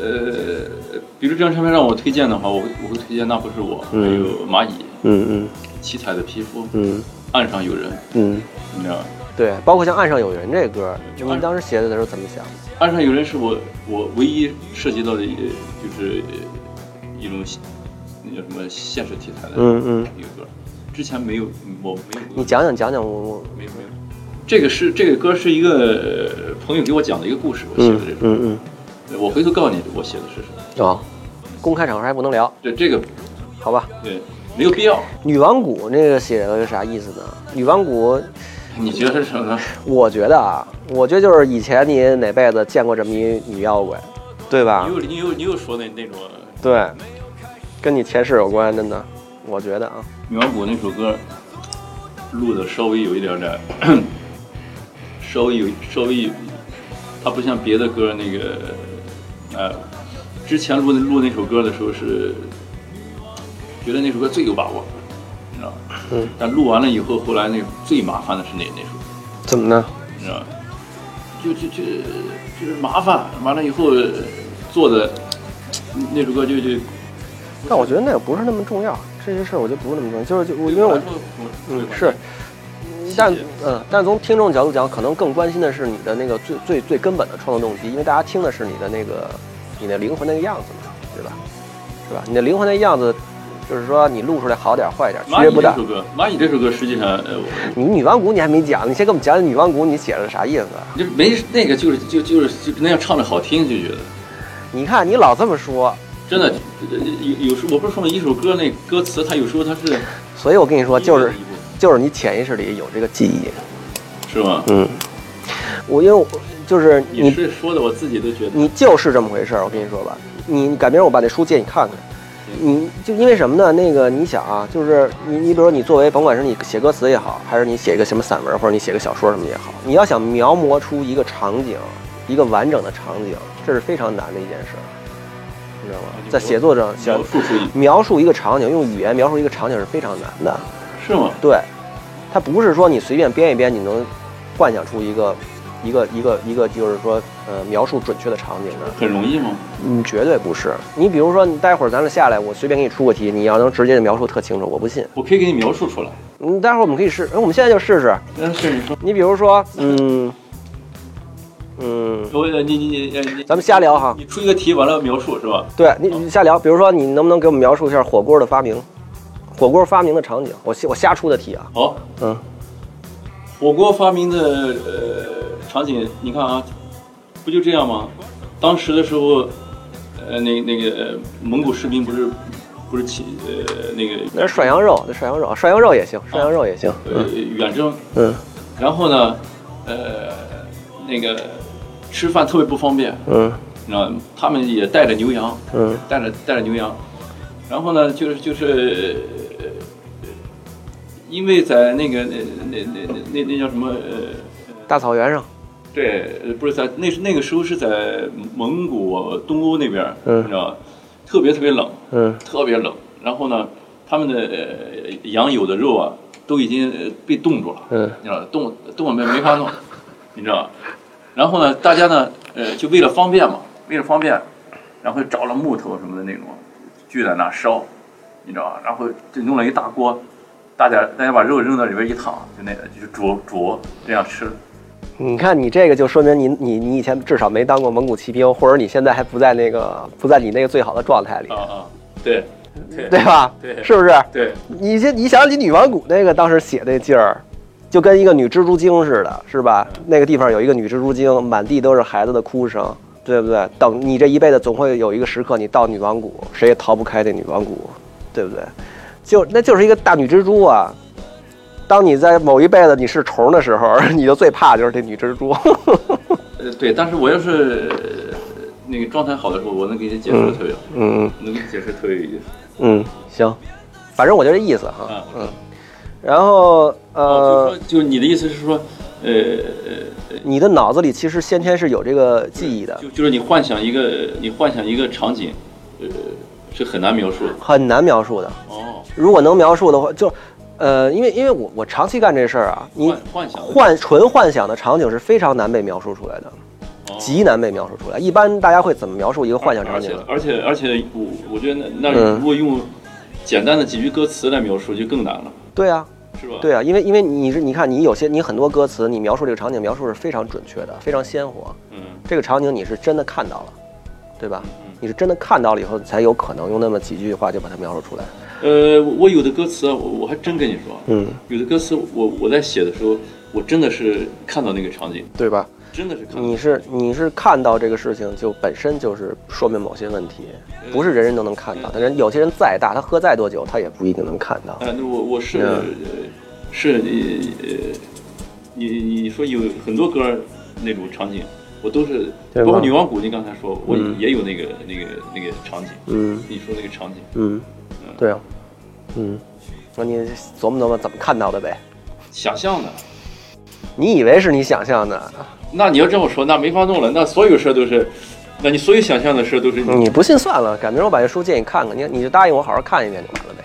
Speaker 2: 呃，比如这张唱片让我推荐的话，我会我会推荐《那不是我》，还有《蚂蚁》
Speaker 1: 嗯
Speaker 2: 《七彩的皮肤》《
Speaker 1: 嗯
Speaker 2: 岸上有人》，
Speaker 1: 嗯嗯，
Speaker 2: 你知道吗？
Speaker 1: 对，包括像《岸上有人》这歌，你当时写的时候怎么想？
Speaker 2: 《岸上有人》是我我唯一涉及到的一个就是一种那叫什么现实题材的
Speaker 1: 嗯嗯
Speaker 2: 一个歌，之前没有我没有
Speaker 1: 你讲讲讲讲，我我
Speaker 2: 没有没有，这个是这个歌是一个呃朋友给我讲的一个故事，我写的这首，
Speaker 1: 嗯
Speaker 2: 我回头告诉你我写的是什么。
Speaker 1: 嗯啊，公开场合还不能聊，
Speaker 2: 对这个
Speaker 1: 好吧？
Speaker 2: 对没有必要，
Speaker 1: 女王谷那个写的是啥意思呢？女王谷
Speaker 2: 你觉得是什么呢？
Speaker 1: 我觉得啊，我觉得就是以前你哪辈子见过这么一女妖怪，对吧
Speaker 2: 你？又你又你又说那那种
Speaker 1: 对，跟你前世有关，真的，我觉得啊，
Speaker 2: 女王谷那首歌录的稍微有一点点，稍微有稍微有，它不像别的歌那个呃，之前录那录那首歌的时候是觉得那首歌最有把握，你知道吗？
Speaker 1: 嗯。
Speaker 2: 但录完了以后，后来那最麻烦的是哪那首歌？
Speaker 1: 怎么呢？
Speaker 2: 你知道吗？就就就就是麻烦，完了以后呃做的那首歌就就
Speaker 1: 但我觉得那个不是那么重要，这些事儿我觉得不是那么重要，就是就我因为我嗯是，但嗯，但从听众角度讲，可能更关心的是你的那个最最最根本的创作动机，因为大家听的是你的那个你的灵魂那个样子嘛，对吧？对吧？你的灵魂的样子，就是说你录出来好点儿坏点儿，区
Speaker 2: 蚂
Speaker 1: 别
Speaker 2: 蚁
Speaker 1: 不
Speaker 2: 这
Speaker 1: 大
Speaker 2: 首。歌，蚂蚁这首歌实际上，呃，我
Speaker 1: 你女王鼓你还没讲，你先给我们讲讲女王鼓你写的啥意思啊？
Speaker 2: 就是没那个，就是就就是就那样唱着好听就觉得，
Speaker 1: 你看你老这么说，
Speaker 2: 真的呃有有时候我不是说嘛一首歌那歌词，它有时候它是
Speaker 1: 所以我跟你说，就是
Speaker 2: 音乐的一部分
Speaker 1: 就是你潜意识里有这个记忆。
Speaker 2: 是吧？
Speaker 1: 嗯，我因为我就是
Speaker 2: 你
Speaker 1: 你
Speaker 2: 是说的，我自己都觉得
Speaker 1: 你就是这么回事儿，我跟你说吧，你改明儿我把那书借你看看。你就因为什么呢？那个你想啊，就是你你比如说你作为甭管是你写歌词也好，还是你写一个什么散文或者你写个小说什么也好，你要想描摹出一个场景，一个完整的场景，这是非常难的一件事儿，你知道吗？在写作上想
Speaker 2: 描述出一
Speaker 1: 描述一个场景，用语言描述一个场景是非常难的。
Speaker 2: 是吗？
Speaker 1: 对，它不是说你随便编一编，你能幻想出一个一个一个一个，就是说呃描述准确的场景的，
Speaker 2: 很容易吗？
Speaker 1: 嗯，绝对不是。你比如说，你待会儿咱俩下来，我随便给你出个题，你要能直接的描述特清楚，我不信。
Speaker 2: 我可以给你描述出来。
Speaker 1: 嗯，待会儿我们可以试，哎我们现在就试试。
Speaker 2: 但是你说，
Speaker 1: 你比如说，嗯嗯，
Speaker 2: 我呃你你你你你，
Speaker 1: 咱们瞎聊哈
Speaker 2: 你出一个题完了描述是吧？
Speaker 1: 对你你瞎聊，比如说你能不能给我们描述一下火锅的发明？火锅发明的场景，我瞎我瞎出的题啊，
Speaker 2: 好，
Speaker 1: 嗯，
Speaker 2: 火锅发明的呃场景，你看啊，不就这样吗？当时的时候，呃，那那个呃蒙古士兵不是不是起呃那个
Speaker 1: 那是涮羊肉，那涮羊肉，涮羊肉也行，涮羊肉也行，
Speaker 2: 呃远征，
Speaker 1: 嗯
Speaker 2: 然后呢，呃，那个吃饭特别不方便，
Speaker 1: 嗯
Speaker 2: 你知道，他们也带着牛羊，
Speaker 1: 嗯
Speaker 2: 带着带着牛羊，然后呢，就是就是，呃因为在那个那那那那那那叫什么呃，
Speaker 1: 大草原上，
Speaker 2: 对，呃不是在那是那个时候是在蒙古东欧那边，
Speaker 1: 嗯
Speaker 2: 你知道，特别特别冷，
Speaker 1: 嗯
Speaker 2: 特别冷。然后呢，他们的呃羊有的肉啊，都已经呃被冻住了，
Speaker 1: 嗯
Speaker 2: 你知道，冻冻了没没法弄， [LAUGHS] 你知道。然后呢，大家呢，呃，就为了方便嘛，为了方便，然后找了木头什么的那种，聚在那烧，你知道，然后就弄了一大锅，大家大家把肉扔到里边一躺，就那个就煮煮这样吃。
Speaker 1: 你看，你这个就说明你你你以前至少没当过蒙古骑兵，或者你现在还不在那个不在你那个最好的状态里，
Speaker 2: 啊啊，对，对
Speaker 1: 对吧？
Speaker 2: 对
Speaker 1: 是不是？
Speaker 2: 对，
Speaker 1: 你这你想想，你女王谷那个当时写那劲儿，就跟一个女蜘蛛精似的，是吧？那个地方有一个女蜘蛛精，满地都是孩子的哭声，对不对？等你这一辈子总会有一个时刻，你到女王谷，谁也逃不开这女王谷，对不对？就那就是一个大女蜘蛛啊。当你在某一辈子你是虫的时候，你就最怕就是这女蜘蛛。 [LAUGHS]
Speaker 2: 呃对，但是我要是呃那个状态好的时候，我能给你解释的特别好，
Speaker 1: 嗯
Speaker 2: 能给你解释得特别有意思
Speaker 1: 嗯，行，反正我就这意思哈。
Speaker 2: 啊。
Speaker 1: 嗯，然后
Speaker 2: 哦，
Speaker 1: 呃，
Speaker 2: 就是说，就是你的意思是说，呃呃
Speaker 1: 你的脑子里其实先天是有这个记忆的
Speaker 2: 呃，，就就是你幻想一个你幻想一个场景，呃是很难描述的。
Speaker 1: 很难描述的。
Speaker 2: 哦，
Speaker 1: 如果能描述的话，就，呃，因为因为我我长期干这事儿啊，你
Speaker 2: 幻幻想的
Speaker 1: 幻纯幻想的场景是非常难被描述出来的，
Speaker 2: 哦
Speaker 1: 极难被描述出来。一般大家会怎么描述一个幻想场景呢？
Speaker 2: 而且而且而且我我觉得那那
Speaker 1: 嗯
Speaker 2: 如果用简单的几句歌词来描述就更难了，
Speaker 1: 对啊，
Speaker 2: 是吧？
Speaker 1: 对啊，因为因为你是你看你有些你很多歌词，你描述这个场景描述是非常准确的，非常鲜活。
Speaker 2: 嗯，
Speaker 1: 这个场景你是真的看到了，对吧
Speaker 2: 嗯？
Speaker 1: 你是真的看到了以后，才有可能用那么几句话就把它描述出来。
Speaker 2: 呃，我有的歌词啊，我我还真跟你说，
Speaker 1: 嗯，
Speaker 2: 有的歌词我我在写的时候，我真的是看到那个场景，
Speaker 1: 对吧？
Speaker 2: 真的是看到。
Speaker 1: 你是你是看到这个事情，就本身就是说明某些问题，不是人人都能看到。但人有些人再大，他喝再多酒，他也不一定能看到。
Speaker 2: 呃，那我我是、
Speaker 1: 嗯
Speaker 2: 呃是你呃，你你说有很多歌儿那种场景，我都是
Speaker 1: 对
Speaker 2: 包括
Speaker 1: 吧
Speaker 2: 女王谷，你刚才说我
Speaker 1: 嗯
Speaker 2: 也有那个、那个那个场景，
Speaker 1: 嗯
Speaker 2: 你说那个场景，
Speaker 1: 嗯，对啊，嗯，那你琢磨琢磨怎么看到的呗？
Speaker 2: 想象的。
Speaker 1: 你以为是你想象的，
Speaker 2: 那你要这么说，那没法弄了，那所有事儿都是，那你所有想象的事儿都是你。
Speaker 1: 你不信算了。改明儿我把这书借你看看，你你就答应我好好看一遍就完了呗，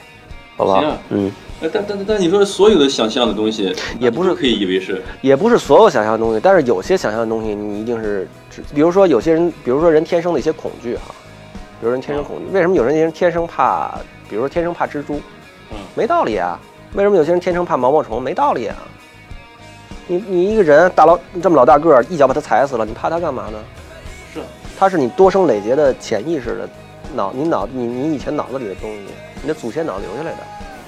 Speaker 1: 好不好
Speaker 2: 行啊？
Speaker 1: 嗯，
Speaker 2: 呃但但但你说所有的想象的东西，
Speaker 1: 也不是
Speaker 2: 那你可以以为是
Speaker 1: 也不是所有想象的东西，但是有些想象的东西你一定是只，比如说有些人，比如说人天生的一些恐惧哈、比如人
Speaker 2: 嗯
Speaker 1: 天生恐惧，为什么有些人天生怕，比如说天生怕蜘蛛，
Speaker 2: 嗯
Speaker 1: 没道理啊。为什么有些人天生怕毛毛虫？没道理啊。你你一个人大老这么老大个儿，一脚把他踩死了，你怕他干嘛呢？
Speaker 2: 是啊
Speaker 1: 他是你多生累劫的潜意识的脑你脑你你以前脑子里的东西，你的祖先脑留下来的，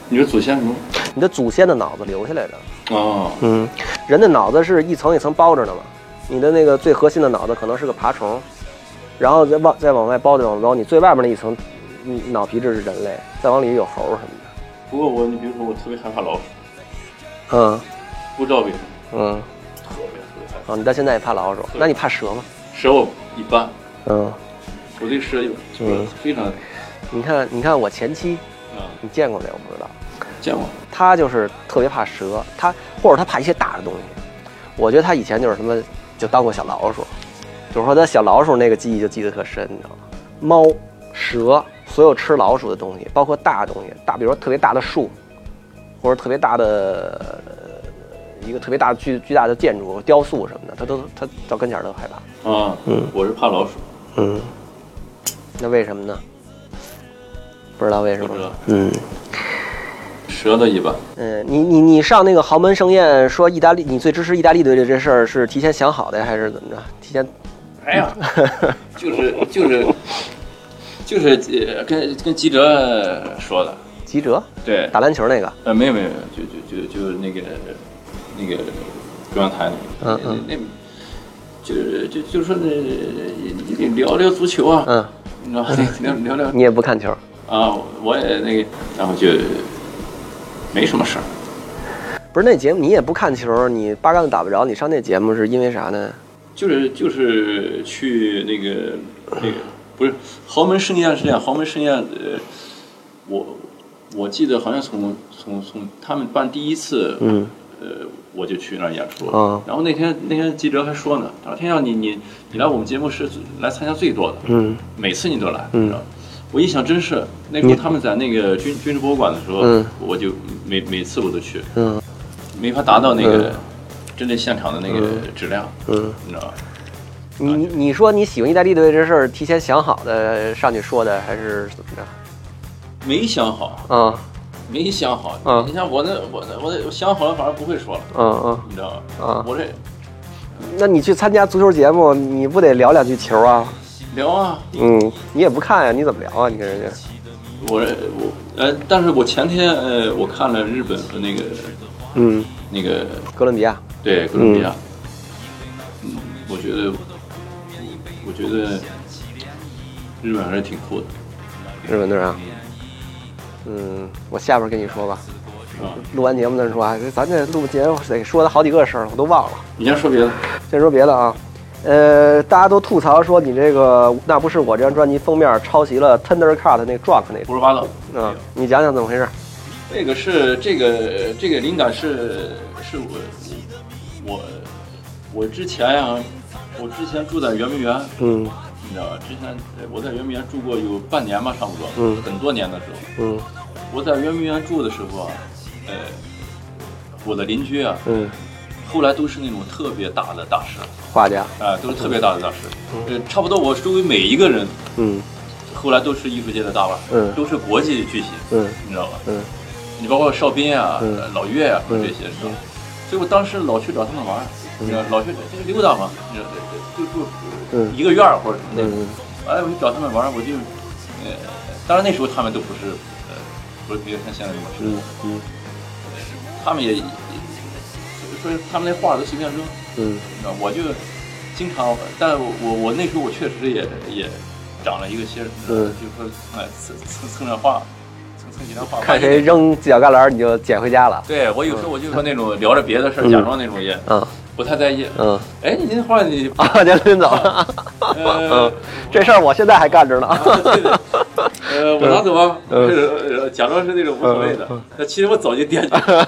Speaker 2: 你说祖先什么？
Speaker 1: 你的祖先的脑子留下来的。
Speaker 2: 哦，
Speaker 1: 嗯，人的脑子是一层一层包着的嘛，你的那个最核心的脑子可能是个爬虫，然后再往再往外包，再往外包，你最外面那一层嗯脑皮质是人类，再往里有猴儿什么的。
Speaker 2: 不过我，你比如说我特别害怕老鼠，
Speaker 1: 嗯
Speaker 2: 不知道为什么，
Speaker 1: 嗯，
Speaker 2: 特别特别害怕。
Speaker 1: 啊，你到现在也怕老鼠，那你怕蛇吗？
Speaker 2: 蛇我一般，
Speaker 1: 嗯，
Speaker 2: 我对蛇有就是非常
Speaker 1: 你看你看我前妻，
Speaker 2: 啊
Speaker 1: 你见过没有？我不知道。
Speaker 2: 见过。
Speaker 1: 他就是特别怕蛇，他或者他怕一些大的东西。我觉得他以前就是什么，就当过小老鼠，就是说他小老鼠那个记忆就记得特深，你知道吗？猫、蛇，所有吃老鼠的东西，包括大的东西，大比如说特别大的树，或者特别大的、呃一个特别大的巨巨大的建筑、雕塑什么的，他都他到跟前儿都害怕。
Speaker 2: 啊，
Speaker 1: 嗯
Speaker 2: 我是怕老鼠，
Speaker 1: 嗯，那为什么呢？不知道为什么
Speaker 2: 不知道。
Speaker 1: 嗯。
Speaker 2: 蛇的一般。
Speaker 1: 嗯，你你你上那个豪门盛宴说意大利，你最支持意大利队的这事儿是提前想好的还是怎么着？提前
Speaker 2: 哎 [LAUGHS] 呀，就是就是就是呃跟跟记者说的，
Speaker 1: 吉哲
Speaker 2: 对，
Speaker 1: 打篮球那个？
Speaker 2: 呃，没有没有，没有就就就就那个那个中央台那个，
Speaker 1: 嗯
Speaker 2: 那那就是就就说那你你聊聊足球啊，
Speaker 1: 嗯，
Speaker 2: 你知道吧？聊 [LAUGHS] 聊聊
Speaker 1: 你也不看球，
Speaker 2: 啊，我也那个，然后就没什么事儿，
Speaker 1: 不是那节目你也不看球，你八竿子打不着，你上那节目是因为啥呢？
Speaker 2: 就是就是去那个那个不是豪门盛宴是这样，豪门盛宴呃，我我记得好像从从从他们办第一次，
Speaker 1: 嗯，
Speaker 2: 呃，我就去那儿演出了。
Speaker 1: 啊
Speaker 2: 然后那天那天记者还说呢，他说天耀你你你来我们节目是来参加最多的，
Speaker 1: 嗯
Speaker 2: 每次你都来，
Speaker 1: 嗯
Speaker 2: 你知道。我印象真是，那时候他们在那个军军事博物馆的时候，
Speaker 1: 嗯
Speaker 2: 我就每每次我都去，
Speaker 1: 嗯
Speaker 2: 没法达到那个
Speaker 1: 嗯
Speaker 2: 真正现场的那个质量，
Speaker 1: 嗯，
Speaker 2: 你知道吧？
Speaker 1: 你你你说你喜欢意大利队这事儿提前想好的上去说的还是怎么着？
Speaker 2: 没想好，
Speaker 1: 啊
Speaker 2: 没想好。
Speaker 1: 嗯
Speaker 2: 你像我那我那我那我想好了，反而不会说了，
Speaker 1: 嗯嗯，
Speaker 2: 你知道吧？
Speaker 1: 啊
Speaker 2: 我这
Speaker 1: 那你去参加足球节目，你不得聊两句球啊？
Speaker 2: 聊啊，
Speaker 1: 嗯，你也不看呀、你怎么聊啊？你跟人家？
Speaker 2: 我这我呃，但是我前天呃，我看了日本和那个
Speaker 1: 嗯，
Speaker 2: 那个
Speaker 1: 哥伦比亚，
Speaker 2: 对哥伦比亚，嗯，我觉得我觉得日本还是挺酷的，
Speaker 1: 日本队啊，嗯，我下边跟你说吧。
Speaker 2: 是吧？
Speaker 1: 录完节目再说啊，咱这录节目得说了好几个事儿，我都忘了。
Speaker 2: 你先说别的，
Speaker 1: 先说别的啊，呃，大家都吐槽说你这个那不是我这张专辑封面抄袭了 Thundercat 那 Drunk 那
Speaker 2: 胡说八道。
Speaker 1: 嗯、你讲讲怎么回事？
Speaker 2: 这个是这个这个灵感是是我我我之前呀、我之前住在圆明园，
Speaker 1: 嗯
Speaker 2: 你知道吧？之前呃我在圆明园住过有半年吧，差不多，
Speaker 1: 嗯
Speaker 2: 很多年的时候，
Speaker 1: 嗯
Speaker 2: 我在圆明园住的时候啊，呃，我的邻居啊，
Speaker 1: 嗯，
Speaker 2: 后来都是那种特别大的大师，
Speaker 1: 画家，
Speaker 2: 啊、都是特别大的大师，呃，差不多我周围每一个人
Speaker 1: 嗯
Speaker 2: 后来都是艺术界的大腕，
Speaker 1: 嗯
Speaker 2: 都是国际巨星，
Speaker 1: 嗯
Speaker 2: 你知道吧？
Speaker 1: 嗯，
Speaker 2: 你包括邵斌啊、
Speaker 1: 嗯
Speaker 2: 老岳啊
Speaker 1: 嗯
Speaker 2: 这些，是吧？所以我当时老去找他们玩儿，你知道，老去就是溜达嘛，你知道，就就
Speaker 1: 嗯
Speaker 2: 就一个院儿或者什么那种。
Speaker 1: 嗯
Speaker 2: 哎，我去找他们玩儿，我就，呃，当然那时候他们都不是，呃，不是没有像现在这么是，呃
Speaker 1: 嗯嗯
Speaker 2: 他们也，也所以他们那画儿都随便扔，
Speaker 1: 嗯
Speaker 2: 你知道，我就经常，但我我我那时候我确实也也长了一个心儿，你知道
Speaker 1: 嗯
Speaker 2: 就是说哎蹭蹭蹭点画，蹭蹭几张画，
Speaker 1: 看谁扔犄角旮旯你就捡回家了。 [LAUGHS]
Speaker 2: 对我有时候我就说那种聊着别的事儿，
Speaker 1: 嗯
Speaker 2: 假装那种也
Speaker 1: 嗯
Speaker 2: 不太在意。
Speaker 1: 嗯
Speaker 2: 哎，你那话你
Speaker 1: 啊，就拎 [LAUGHS] 走了。
Speaker 2: 呃
Speaker 1: 嗯，这事儿我现在还干着呢。
Speaker 2: 对对，呃，我拿走吧，
Speaker 1: 嗯
Speaker 2: 呃假装是那种无所谓的，那其实我早就惦记了。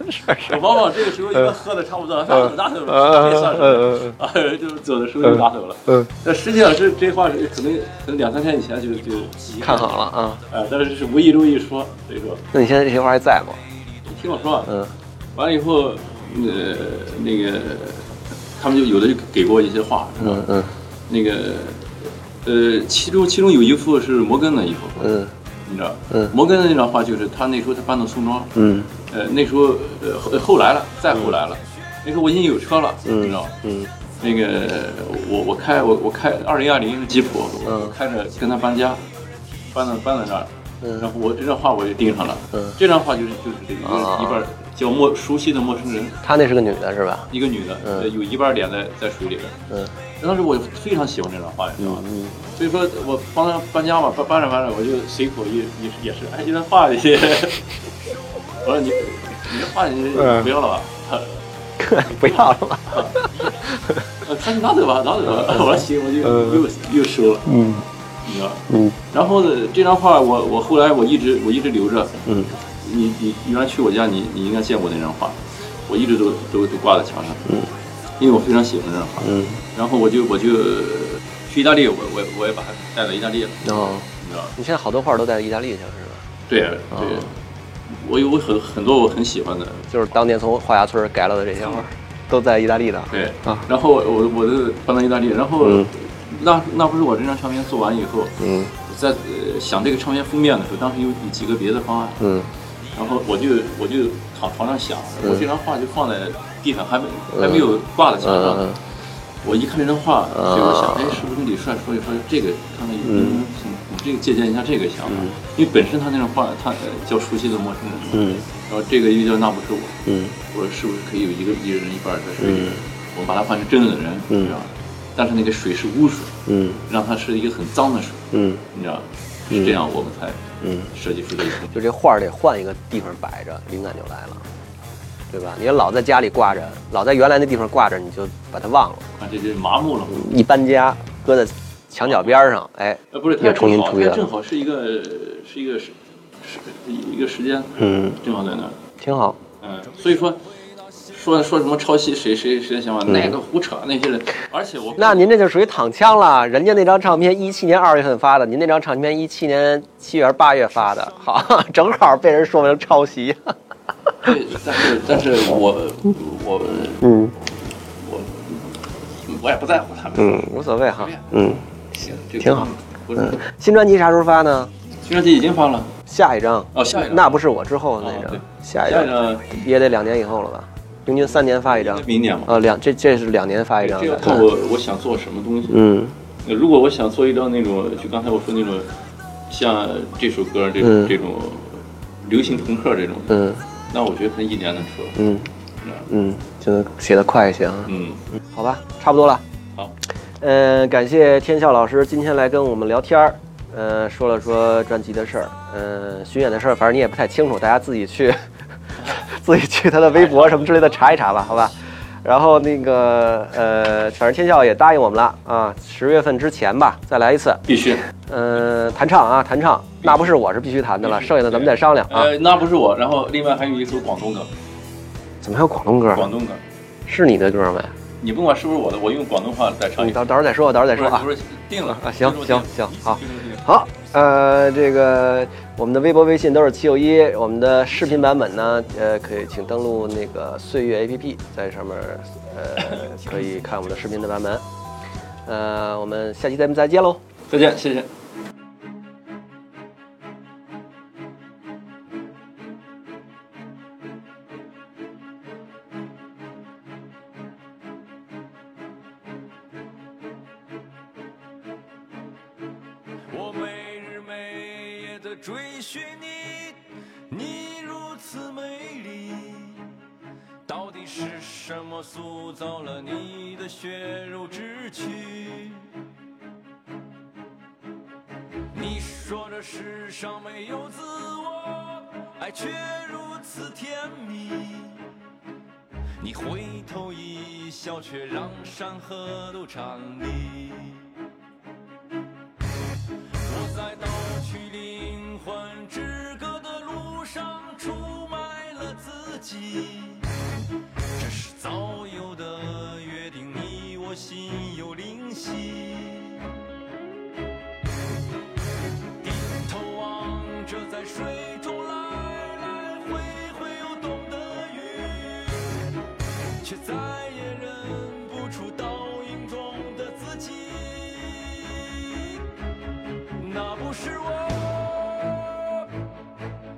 Speaker 1: 嗯 [LAUGHS]
Speaker 2: 我往往这个时候一般喝的差不多了，拿走拿走吧，别算什么
Speaker 1: 嗯
Speaker 2: 啊，就是走的时候就拿走了。
Speaker 1: 嗯，
Speaker 2: 但实际上是这话是可能可能两三天以前就就
Speaker 1: [LAUGHS] 看好了，啊。
Speaker 2: 哎，但是是无意中一说，所以说
Speaker 1: 那你现在这些画还在吗？
Speaker 2: 你听我说啊，
Speaker 1: 嗯
Speaker 2: 完了以后，呃，那个他们就有的就给过我一些画，是吧？
Speaker 1: 嗯嗯
Speaker 2: 那个呃，其中其中有一幅是摩根的一幅画，
Speaker 1: 嗯
Speaker 2: 你知道？
Speaker 1: 嗯
Speaker 2: 摩根的那张画就是他那时候他搬到宋庄，
Speaker 1: 嗯
Speaker 2: 呃，那时候呃后后来了，再后来了，那时候我已经有车了，你知道？
Speaker 1: 嗯
Speaker 2: 那个我我开我我开二零二零吉普，
Speaker 1: 嗯
Speaker 2: 我开着跟他搬家，搬到搬到那儿，
Speaker 1: 嗯
Speaker 2: 然后我这张画我就盯上了，
Speaker 1: 嗯
Speaker 2: 这张画就是就是这个
Speaker 1: 啊
Speaker 2: 一半叫陌熟悉的陌生人，
Speaker 1: 她那是个女的是吧？
Speaker 2: 一个女的，
Speaker 1: 嗯
Speaker 2: 呃有一半脸在在水里边。
Speaker 1: 嗯
Speaker 2: 当时我非常喜欢这张画，你知道吗？
Speaker 1: 嗯
Speaker 2: 所以说我帮他搬家嘛，搬搬着搬着，我就随口一也也是，哎，一张 [LAUGHS] 画一些，我说你你这画你不要了吧？
Speaker 1: 嗯， [LAUGHS] 不要了吧。
Speaker 2: 呃，他说拿走吧，拿走吧。我说行，我就又又收了，
Speaker 3: 嗯
Speaker 2: 你知道吧。
Speaker 3: 嗯
Speaker 2: 然后呢，这张画我我后来我一直我一直留着，
Speaker 1: 嗯
Speaker 2: 你你你原来去我家，你你应该见过那张画，我一直都都都挂在墙上，嗯，因为我非常喜欢这张画，
Speaker 1: 嗯，
Speaker 2: 然后我就我就去意大利，我我我也把它带到意大利了，
Speaker 1: 哦，
Speaker 2: 你知道吧？
Speaker 1: 你现在好多画都在意大利去了是吧？
Speaker 2: 对对，
Speaker 1: 哦
Speaker 2: 我有我很很多我很喜欢的，
Speaker 1: 就是当年从画家村改了的这些画，都在意大利的。
Speaker 2: 对
Speaker 1: 啊
Speaker 2: 然后我我我就搬到意大利，然后、
Speaker 1: 嗯
Speaker 2: 那那不是我这张唱片做完以后，
Speaker 1: 嗯
Speaker 2: 在呃想这个唱片封面的时候，当时有有几个别的方案，
Speaker 1: 嗯
Speaker 2: 然后我就我就躺床上想，
Speaker 1: 嗯
Speaker 2: 我这张画就放在地上，还没还没有挂在墙上。
Speaker 1: 嗯
Speaker 2: 我一看这张画，
Speaker 1: 嗯
Speaker 2: 所以我想，哎，是不是跟李帅说一说这个，看看有没有
Speaker 1: 嗯
Speaker 2: 从这个借鉴一下这个想法？因为本身他那张画，他呃叫《熟悉的陌生人》，
Speaker 1: 嗯
Speaker 2: 然后这个又叫《那不是我》，
Speaker 1: 嗯
Speaker 2: 我说是不是可以有一个一人一半在水里，我把它换成真的人，
Speaker 1: 嗯
Speaker 2: 你知道吗？但是那个水是污水，
Speaker 1: 嗯
Speaker 2: 让它是一个很脏的水，
Speaker 1: 嗯
Speaker 2: 你知道吗？
Speaker 1: 嗯
Speaker 2: 是这样，我们才
Speaker 1: 嗯，
Speaker 2: 设计出这个东西。
Speaker 1: 就这画儿得换一个地方摆着，灵感就来了，对吧？你老在家里挂着，老在原来那地方挂着，你就把它忘了。
Speaker 2: 啊，这就麻木了。
Speaker 1: 一搬家，搁在墙角边儿上，哎，
Speaker 2: 呃，不是，它
Speaker 1: 又重
Speaker 2: 正
Speaker 1: 新
Speaker 2: 好，
Speaker 1: 出现
Speaker 2: 它正
Speaker 1: 了，
Speaker 2: 好是一个是一个时时一个时间，
Speaker 1: 嗯，
Speaker 2: 正好在那儿，
Speaker 1: 挺好。
Speaker 2: 嗯，所以说说说什么抄袭谁谁谁的想法，哪个胡扯那些人，而且我
Speaker 1: 嗯那您这就属于躺枪了。人家那张唱片一七年二月份发的，您那张唱片一七年七月还是八月发的，好， [LAUGHS] 正好被人说成抄袭。
Speaker 2: 对，但是但是我我
Speaker 3: 嗯
Speaker 2: 我我也不在乎他们，
Speaker 1: 嗯， [LAUGHS] 无所谓哈。嗯，
Speaker 2: 行，这个
Speaker 1: 挺好，嗯
Speaker 2: 不是，
Speaker 1: 新专辑啥时候发呢？
Speaker 2: 新专辑已经发了，
Speaker 1: 下一张
Speaker 2: 哦下一张
Speaker 1: 那不是我之后的那
Speaker 2: 哦
Speaker 1: 张
Speaker 2: 对，
Speaker 1: 下一
Speaker 2: 下一
Speaker 1: 张
Speaker 2: 张
Speaker 1: 也得两年以后了吧？平均三年发一张，
Speaker 2: 明年嘛，
Speaker 1: 啊，两这这是两年发一张
Speaker 2: 这要
Speaker 1: 的。
Speaker 2: 看我我想做什么东西，
Speaker 1: 嗯
Speaker 2: 呃如果我想做一张那种，就刚才我说那种，像这首歌这种、
Speaker 1: 嗯
Speaker 2: 这种流行朋克这种，
Speaker 1: 嗯
Speaker 2: 那我觉得可能一年能出来。
Speaker 1: 嗯嗯，就能写的快一些啊。
Speaker 2: 嗯，
Speaker 1: 好吧，差不多了。
Speaker 2: 好，
Speaker 1: 嗯、感谢天笑老师今天来跟我们聊天儿，呃，说了说专辑的事儿，嗯、巡演的事儿，反正你也不太清楚，大家自己去， [LAUGHS] 自己去他的微博什么之类的查一查吧，好吧。然后那个呃，反正天笑也答应我们了啊，十月份之前吧，再来一次。
Speaker 2: 必须。
Speaker 1: 嗯、弹唱啊，弹唱，那不是我是必须弹的了，剩下的咱们再商量啊。
Speaker 2: 呃，那不是我，然后另外还有一首广东歌，
Speaker 1: 怎么还有广东歌？啊
Speaker 2: 广东歌，
Speaker 1: 是你的歌没？
Speaker 2: 你不管是不是我的，我用广东话再唱
Speaker 1: 你
Speaker 2: 一首。
Speaker 1: 到到时候再说，到时候再说啊
Speaker 2: 啊不。是不是定了
Speaker 1: 啊行
Speaker 2: 就这么
Speaker 1: 行
Speaker 2: 定
Speaker 1: 行好
Speaker 2: 就这么定
Speaker 1: 好，呃，这个我们的微博、微信都是七九一，我们的视频版本呢，呃，可以请登录那个岁月 APP，在上面呃可以看我们的视频的版本。呃，我们下期咱们再见喽。
Speaker 2: 再见，谢谢。
Speaker 8: 我每日每夜的追寻你，你如此美丽，到底是什么塑造了你的血肉之躯？你说这世上没有自我，爱却如此甜蜜。你回头一笑，却让山河都颤栗。我在盗取灵魂之歌的路上出卖了自己，这是早有的约定，你我心有灵犀。低头望着在水中来来回回游动的鱼，却再也认不出倒影中的自己。那不是我，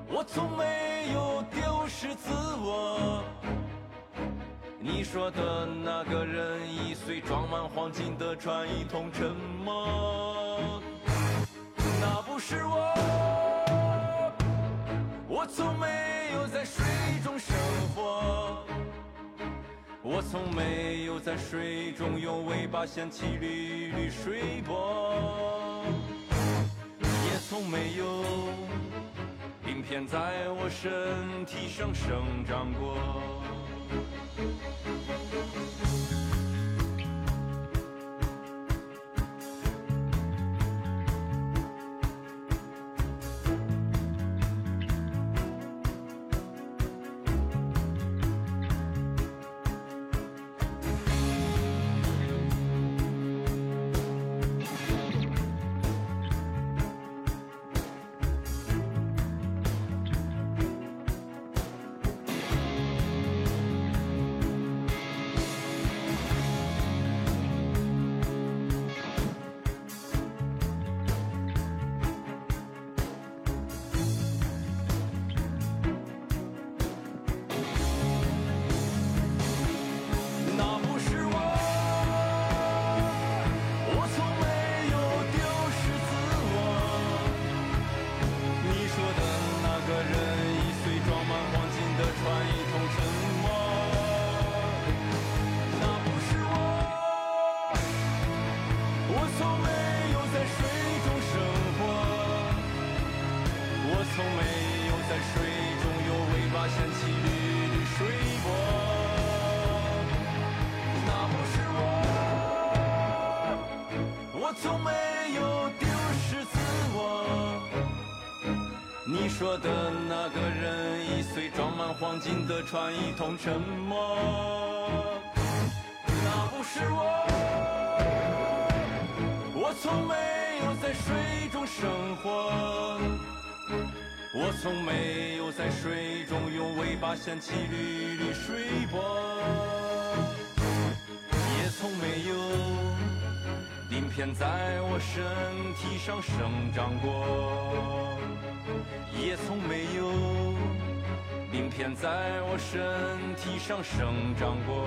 Speaker 8: 我从没有丢失自我。你说的那个人，易碎装满黄金的船，一同沉没。那不是我。从没有在水中生活，我从没有在水中用尾巴掀起缕缕水波，也从没有鳞片在我身体上生长过。那不是我，我从没有丢失自我。你说的那个人，一岁装满黄金的船，一桶沉默。那不是我，我从没有在水中生活，我从没有在水中用尾巴掀起缕缕水波。那不是我，我从没有丢失自我。你说的那个人，一岁装满黄金的船，一桶沉默。那不是我，我从没有在水中生活。我从没有在水中用尾巴掀起缕缕水波。也从没有鳞片在我身体上生长过，也从没有鳞片在我身体上生长过。